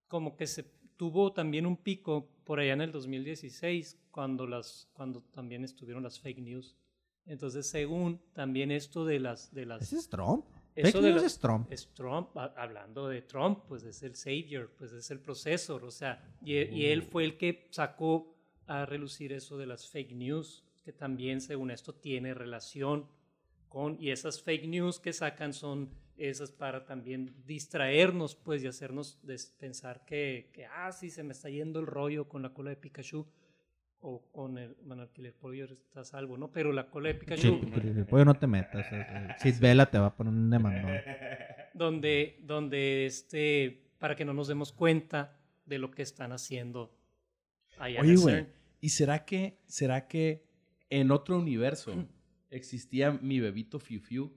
Speaker 4: como que se tuvo también un pico por allá en el 2016 cuando las cuando también estuvieron las fake news. Entonces, según también esto de las de las
Speaker 5: Ese es Trump.
Speaker 4: Eso
Speaker 5: Fake
Speaker 4: de
Speaker 5: news
Speaker 4: la-
Speaker 5: es Trump.
Speaker 4: es Trump, a- hablando de Trump, pues es el savior, pues es el procesor, o sea, y, e- y
Speaker 5: Mm.
Speaker 4: él fue el que sacó a relucir eso de las fake news, que también según esto tiene relación con, y esas fake news que sacan son esas para también distraernos, pues, y hacernos des- pensar que, que, ah, sí, se me está yendo el rollo con la cola de Pikachu, o con el, bueno, el Killer Pollo está a salvo, ¿no? Pero la cola de Pikachu...
Speaker 5: Sí, el pollo no te metas.
Speaker 4: Ah,
Speaker 5: eh, Sid Vela te va a poner un demandón.
Speaker 4: (laughs) donde, donde este, para que no nos demos cuenta de lo que están haciendo allá en
Speaker 2: Oye,
Speaker 4: el
Speaker 2: güey.
Speaker 4: CERN.
Speaker 2: ¿y será que, será que en otro universo existía mi bebito Fiu
Speaker 4: (laughs)
Speaker 2: Fiu?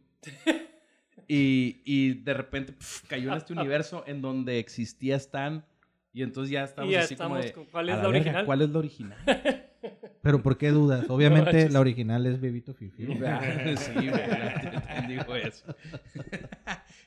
Speaker 2: Y, y de repente pf, cayó en este universo en donde existía Stan. Y entonces ya estamos
Speaker 4: Y ya
Speaker 2: así como
Speaker 4: estamos
Speaker 2: de,
Speaker 4: con cuál
Speaker 2: "A
Speaker 4: es la
Speaker 2: verga,
Speaker 4: original".
Speaker 2: ¿Cuál es la
Speaker 4: (laughs)
Speaker 2: original?
Speaker 5: Pero ¿por qué dudas?
Speaker 4: No
Speaker 5: Obviamente
Speaker 4: manches.
Speaker 5: la original es Bebito Fifi.
Speaker 2: Ah, (laughs) sí, güey, la- digo eso. (laughs)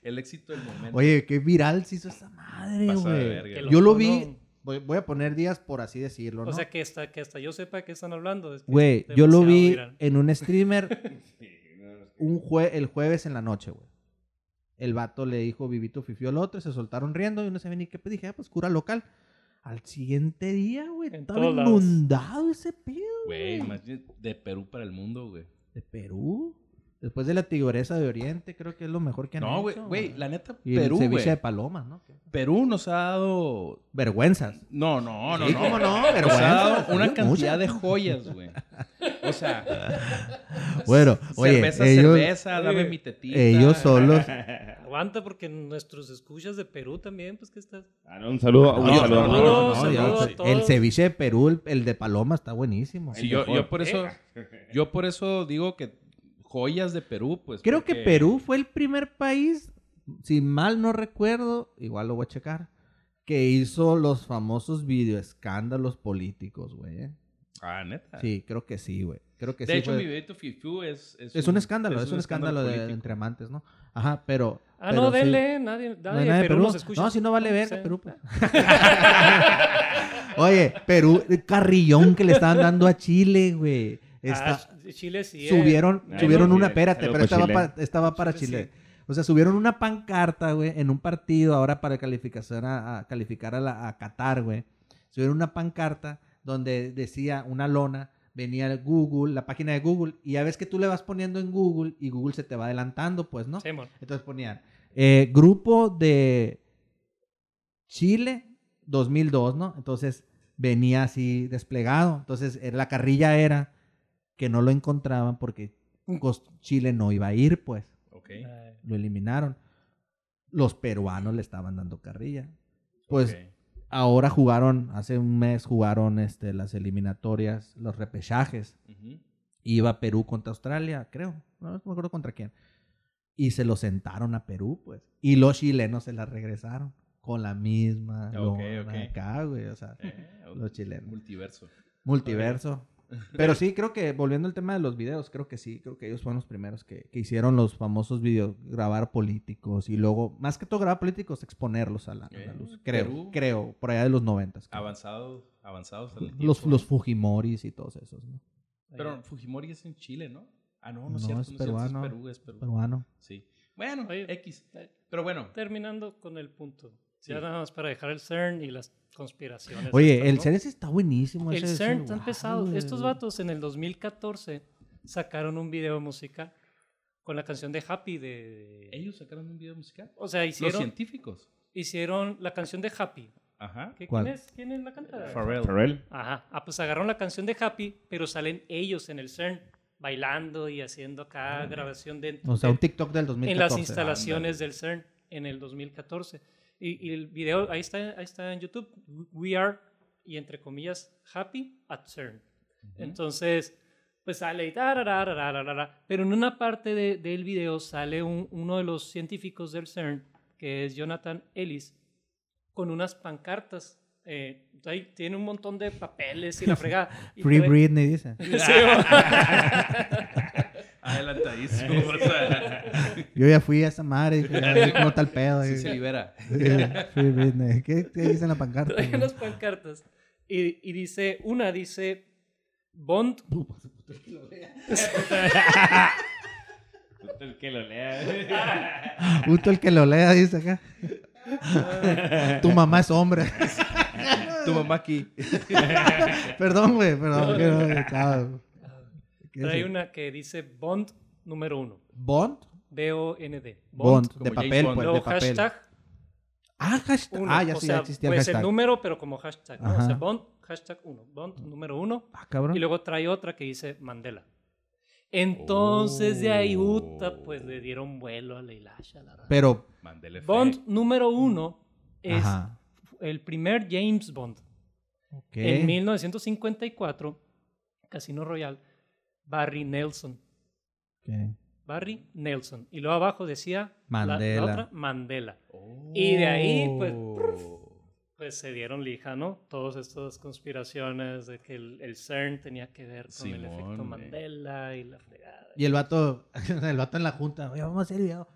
Speaker 2: El éxito del momento.
Speaker 5: Oye, qué viral se hizo esa madre,
Speaker 2: Pasada de
Speaker 5: güey.
Speaker 2: verga.
Speaker 4: Que
Speaker 5: Yo lo
Speaker 4: loco,
Speaker 5: vi,
Speaker 4: ¿no?
Speaker 5: voy, voy a poner días por así decirlo, ¿no?
Speaker 4: O sea, que hasta, que hasta yo sepa que están hablando. es que
Speaker 5: Güey,
Speaker 4: es
Speaker 5: yo lo
Speaker 4: demasiado
Speaker 5: vi
Speaker 4: viral.
Speaker 5: en un streamer
Speaker 3: (laughs) Sí, no, es que-
Speaker 5: un jue- el jueves en la noche, güey. El vato le dijo Vivito Fifió al otro, se soltaron riendo y no sabía ni qué. pues, Dije, ah, pues cura local. Al siguiente día, güey,
Speaker 4: En
Speaker 5: estaba
Speaker 4: todos lados.
Speaker 5: inundado ese pedo.
Speaker 2: Güey, imagínate, de Perú para el mundo, güey.
Speaker 5: De Perú. Después de la tigresa de Oriente, creo que es lo mejor que han
Speaker 2: No, güey,
Speaker 5: hecho,
Speaker 2: güey, la neta,
Speaker 5: Y
Speaker 2: Perú,
Speaker 5: el ceviche
Speaker 2: güey.
Speaker 5: de palomas, ¿no?
Speaker 2: Perú nos ha dado...
Speaker 5: Vergüenzas.
Speaker 2: No, no, no,
Speaker 5: Sí,
Speaker 2: no.
Speaker 5: cómo no,
Speaker 2: Nos ha dado
Speaker 5: vergüenzas.
Speaker 2: Pues una
Speaker 5: Sí,
Speaker 2: cantidad
Speaker 5: muchas.
Speaker 2: de joyas, güey. O sea,
Speaker 5: (laughs) Bueno, oye, eh,
Speaker 2: cerveza,
Speaker 5: ellos,
Speaker 2: cerveza, dame
Speaker 4: Oye,
Speaker 2: mi tetita. (laughs)
Speaker 5: ellos solos.
Speaker 4: Aguanta porque nuestros escuchas de Perú también, pues que estás.
Speaker 3: Ah, no, un saludo. Un
Speaker 2: No,
Speaker 5: Oye,
Speaker 3: saludo.
Speaker 2: no,
Speaker 5: no, no, no,
Speaker 4: saludos
Speaker 5: ya,
Speaker 4: a
Speaker 5: sí.
Speaker 4: todos.
Speaker 5: El ceviche de Perú, el, el de paloma, está buenísimo.
Speaker 2: Sí, yo, yo por eso,
Speaker 3: Eh.
Speaker 2: yo por eso digo que joyas de Perú, pues.
Speaker 5: Creo que
Speaker 2: porque-
Speaker 5: Perú fue el primer país, si mal no recuerdo, igual lo voy a checar, que hizo los famosos videoescándalos políticos, güey. ¿eh?
Speaker 2: Ah, neta.
Speaker 5: Sí, creo que sí, güey. Creo que
Speaker 2: de
Speaker 5: sí.
Speaker 2: hecho,
Speaker 5: fue-
Speaker 2: mi bebito Fifiu es... Es,
Speaker 5: es un escándalo, es, un escándalo, de-
Speaker 2: político.
Speaker 5: entre amantes, ¿no? Ajá, pero.
Speaker 4: Ah,
Speaker 5: pero
Speaker 4: no,
Speaker 5: sí.
Speaker 4: dele, nadie, nadie,
Speaker 5: No hay nadie de
Speaker 4: Perú,
Speaker 5: Perú.
Speaker 4: nos escucha. Ah,
Speaker 5: No, si no vale verga
Speaker 4: Sí.
Speaker 5: Perú. pues. Oye, Perú, el carrillón que le estaban dando a Chile, güey. Está,
Speaker 4: Ah, Chile sí. eh.
Speaker 5: subieron
Speaker 3: Ay,
Speaker 5: subieron
Speaker 3: no,
Speaker 5: una,
Speaker 3: Chile.
Speaker 5: espérate, pero
Speaker 3: Saludos para
Speaker 5: estaba,
Speaker 3: Chile.
Speaker 5: pa- estaba para
Speaker 4: Chile,
Speaker 5: Chile. O sea, subieron una pancarta, güey, en un partido ahora para calificación a, a calificar a, la, a Qatar, güey. Subieron una pancarta donde decía una lona, venía el Google, la página de Google, y ya ves que tú le vas poniendo en Google y Google se te va adelantando, pues, ¿no?
Speaker 4: Sí, mon.
Speaker 5: Entonces ponían eh, grupo de Chile 2002, ¿no? Entonces venía así desplegado. Entonces eh, la carrilla era que no lo encontraban porque cos- Chile no iba a ir, pues
Speaker 2: Ok.
Speaker 4: Ay,
Speaker 5: lo eliminaron. Los peruanos le estaban dando carrilla. Pues
Speaker 2: ok.
Speaker 5: ahora jugaron, hace un mes jugaron este, las eliminatorias, los repechajes
Speaker 2: Ujú.
Speaker 5: iba Perú contra Australia, creo. No, no me acuerdo contra quién. Y se lo sentaron a Perú, pues. Y los chilenos se la regresaron con la misma.
Speaker 2: Ok,
Speaker 5: lona
Speaker 2: ok.
Speaker 5: Acá, güey. O sea,
Speaker 2: Eh, ok.
Speaker 5: los chilenos.
Speaker 2: Multiverso. (laughs)
Speaker 5: Multiverso. Pero sí, creo que, volviendo al tema de los videos, creo que sí, creo que ellos fueron los primeros que, que hicieron los famosos videos, grabar políticos y luego, más que todo grabar políticos, exponerlos a la, a la
Speaker 2: Eh,
Speaker 5: luz. Creo,
Speaker 2: Perú.
Speaker 5: creo, por allá de los noventas. creo.
Speaker 2: Avanzado, avanzados. al
Speaker 5: Los,
Speaker 2: tiempo.
Speaker 5: los Fujimoris y todos esos, ¿no?
Speaker 2: Pero Fujimori es en Chile, ¿no? Ah, no, no,
Speaker 5: No,
Speaker 2: es cierto.
Speaker 5: es
Speaker 2: no es, cierto, es
Speaker 5: peruano.
Speaker 2: Perú, es Perú.
Speaker 5: Peruano.
Speaker 2: Sí. Bueno,
Speaker 4: Oye.
Speaker 2: X. Pero bueno,
Speaker 4: eh, Terminando con el punto.
Speaker 2: Sí.
Speaker 4: Ya nada más para dejar el CERN y las conspiraciones.
Speaker 5: Oye,
Speaker 4: estas,
Speaker 5: el
Speaker 4: ¿no?
Speaker 5: CERN sí está buenísimo.
Speaker 4: El
Speaker 5: ese- ese
Speaker 4: CERN tan
Speaker 5: lugar,
Speaker 4: pesado.
Speaker 5: güey.
Speaker 4: Estos vatos en el 2014 sacaron un video musical con la canción de Happy de...
Speaker 2: ellos sacaron un video musical.
Speaker 4: O sea,
Speaker 2: Los
Speaker 4: hicieron,
Speaker 2: científicos.
Speaker 4: hicieron la canción de Happy
Speaker 2: Ajá.
Speaker 4: ¿Qué-
Speaker 5: ¿Cuál?
Speaker 4: ¿Quién es, quién es la cantante?
Speaker 2: Pharrell.
Speaker 3: Pharrell.
Speaker 4: Ajá. Ah, pues agarraron la canción de Happy, pero salen ellos en el CERN bailando y haciendo acá grabación dentro.
Speaker 5: Ah, O sea, un
Speaker 4: de-
Speaker 5: TikTok del 2014.
Speaker 4: en las instalaciones del CERN en el 2014. Y, y el video ahí está, ahí está en YouTube. We are, y entre comillas, happy at CERN. Entonces, pues sale y tarararararara, pero en una parte de- del video sale un- uno de los científicos del CERN, que es Jonathan Ellis, con unas pancartas. Eh, ahí tiene un montón de papeles y la fregada. y
Speaker 5: Free
Speaker 4: trae-
Speaker 5: Britney, dice.
Speaker 4: (laughs) Sí, va.
Speaker 2: Adelantadísimo. o
Speaker 5: (laughs)
Speaker 2: sea,
Speaker 5: Yo ya fui a esa madre. dije, "A ver ¿Cómo está el pedo?
Speaker 2: sí
Speaker 5: eh".
Speaker 2: se libera.
Speaker 5: Sí, Free Britney. ¿Qué, qué dice en la
Speaker 4: (laughs)
Speaker 5: pancarta?
Speaker 4: Trae
Speaker 5: güey?
Speaker 4: unas pancartas. Y, y dice, una dice, Bond,
Speaker 3: Puto el que lo
Speaker 4: (laughs)
Speaker 3: lea.
Speaker 5: Justo el que lo lea, dice acá. tu mamá es
Speaker 4: (laughs)
Speaker 5: hombre.
Speaker 2: Tu mamá aquí.
Speaker 5: perdón, güey, perdón. que no, chao. ¿Qué
Speaker 4: trae
Speaker 5: dice?
Speaker 4: una que dice Bond número uno.
Speaker 5: Bond.
Speaker 4: B-O-N-D.
Speaker 5: Bond,
Speaker 2: como
Speaker 5: de
Speaker 2: James
Speaker 5: papel,
Speaker 2: Bond.
Speaker 5: pues,
Speaker 4: Luego
Speaker 5: de papel.
Speaker 4: hashtag
Speaker 5: Ah, hashtag.
Speaker 4: uno.
Speaker 5: Ah, ya
Speaker 4: o
Speaker 5: sí,
Speaker 4: sea,
Speaker 5: ya existía el
Speaker 4: puede
Speaker 5: hashtag.
Speaker 4: ser número, pero como hashtag. ¿no? O
Speaker 5: Ajá.
Speaker 4: sea, Bond, hashtag uno. Bond número uno.
Speaker 5: Ah, cabrón.
Speaker 4: Y luego trae otra que dice Mandela. Entonces de ahí, Utah, pues
Speaker 5: Oh.
Speaker 4: le dieron vuelo a la hilacha. la verdad.
Speaker 5: Pero,
Speaker 2: Mándele fe.
Speaker 4: Bond número uno es
Speaker 5: ajá.
Speaker 4: el primer James Bond.
Speaker 5: Ok.
Speaker 4: En 1954, Casino Royal, Barry Nelson.
Speaker 5: ok.
Speaker 4: Barry Nelson. Y luego abajo decía la-
Speaker 5: Mandela.
Speaker 4: La, otra, Mandela.
Speaker 2: Oh.
Speaker 4: Y de ahí, pues, Pues se dieron lija, ¿no? Todas estas conspiraciones de que el, el CERN tenía que ver con el
Speaker 2: Simón,
Speaker 4: efecto
Speaker 2: güey.
Speaker 4: Mandela y la fregada.
Speaker 5: Y el vato, (laughs) el vato en la junta, oye, vamos a hacer el video.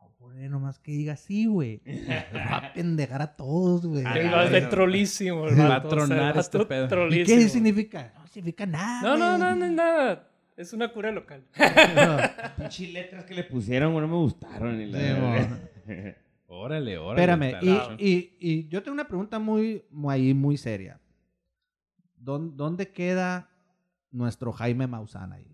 Speaker 5: No, poner nomás que diga sí, güey. (laughs) Va a pendejar a todos, güey.
Speaker 3: Ah,
Speaker 4: El
Speaker 3: va
Speaker 4: va
Speaker 3: a
Speaker 4: de trolísimo, el
Speaker 2: Va a
Speaker 4: vato, o sea, el
Speaker 2: tronar este
Speaker 4: vato
Speaker 2: pedo. ¿Y qué
Speaker 5: ¿Y
Speaker 4: trolísimo.
Speaker 5: qué significa? No significa nada.
Speaker 4: No, no, no,
Speaker 5: (laughs) güey.
Speaker 4: no, nada. Es una cura local.
Speaker 3: Pinche letras que le pusieron, güey, no me gustaron. y la-
Speaker 5: Sí, mon.
Speaker 2: Órale, órale.
Speaker 5: Espérame,
Speaker 2: está
Speaker 5: y,
Speaker 2: raro.
Speaker 5: y- y yo tengo una pregunta muy, muy, ahí, muy seria. ¿Dón- ¿Dónde queda nuestro Jaime Maussan ahí?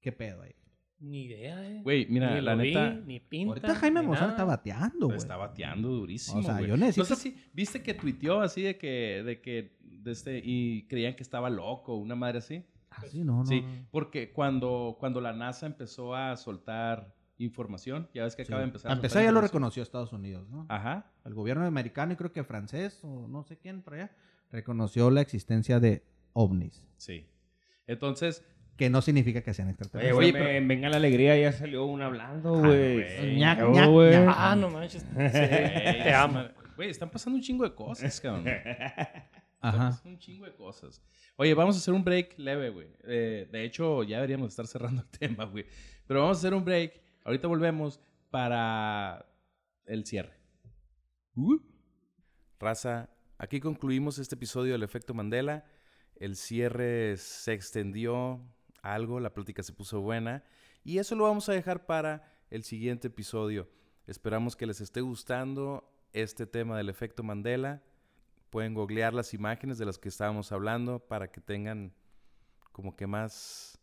Speaker 5: ¿Qué pedo ahí?
Speaker 4: Ni idea, eh.
Speaker 2: Güey, mira,
Speaker 4: ni
Speaker 2: la
Speaker 4: lo vi,
Speaker 2: neta.
Speaker 4: ni pinta.
Speaker 5: Ahorita Jaime
Speaker 4: ni
Speaker 5: Maussan
Speaker 4: nada.
Speaker 5: está bateando, güey.
Speaker 2: Está bateando durísimo.
Speaker 5: O sea,
Speaker 2: güey.
Speaker 5: yo necesito-
Speaker 2: No sé si viste que tuiteó así de que, de que, de este, y creían que estaba loco, una madre así.
Speaker 5: Ah, sí, no, no,
Speaker 2: Sí,
Speaker 5: no.
Speaker 2: porque cuando, cuando la NASA empezó a soltar información, ya ves que acaba de
Speaker 5: Sí.
Speaker 2: empezar.
Speaker 5: Para
Speaker 2: soltar
Speaker 5: empezar, ya lo
Speaker 2: información.
Speaker 5: reconoció Estados Unidos, ¿no?
Speaker 2: Ajá.
Speaker 5: el gobierno americano y creo que francés o no sé quién por allá, reconoció la existencia de ovnis,
Speaker 2: Sí.
Speaker 4: (laughs)
Speaker 2: Entonces,
Speaker 5: que no significa que sean
Speaker 3: Oye,
Speaker 5: extraterrestres.
Speaker 3: oye, pero- venga la alegría, ya salió una hablando, güey.
Speaker 2: güey.
Speaker 5: Ñac,
Speaker 3: Claro,
Speaker 5: ñac,
Speaker 3: güey.
Speaker 5: ñac.
Speaker 4: Ah, no
Speaker 2: (laughs)
Speaker 4: manches. Sí, te
Speaker 2: eh, es-
Speaker 4: amo.
Speaker 2: Güey, están pasando un chingo de cosas, cabrón. Están
Speaker 5: Ajá.
Speaker 2: pasando un chingo de cosas. Oye, vamos a hacer un break leve, güey. Eh, de hecho, ya deberíamos estar cerrando (laughs) el tema, güey. Pero vamos a hacer un break. Ahorita volvemos para el cierre. Raza, aquí concluimos este episodio del Efecto Mandela. El cierre se extendió algo, la plática se puso buena. Y eso lo vamos a dejar para el siguiente episodio. Esperamos que les esté gustando este tema del Efecto Mandela. Pueden googlear las imágenes de las que estábamos hablando para que tengan como que más,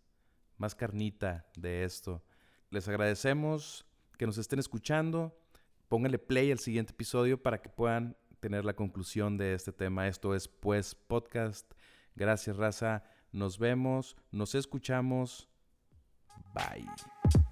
Speaker 2: más carnita de esto. Les agradecemos que nos estén escuchando. Pónganle play al siguiente episodio para que puedan tener la conclusión de este tema. Esto es Pues Podcast. Gracias, raza. Nos vemos, nos escuchamos. Bye.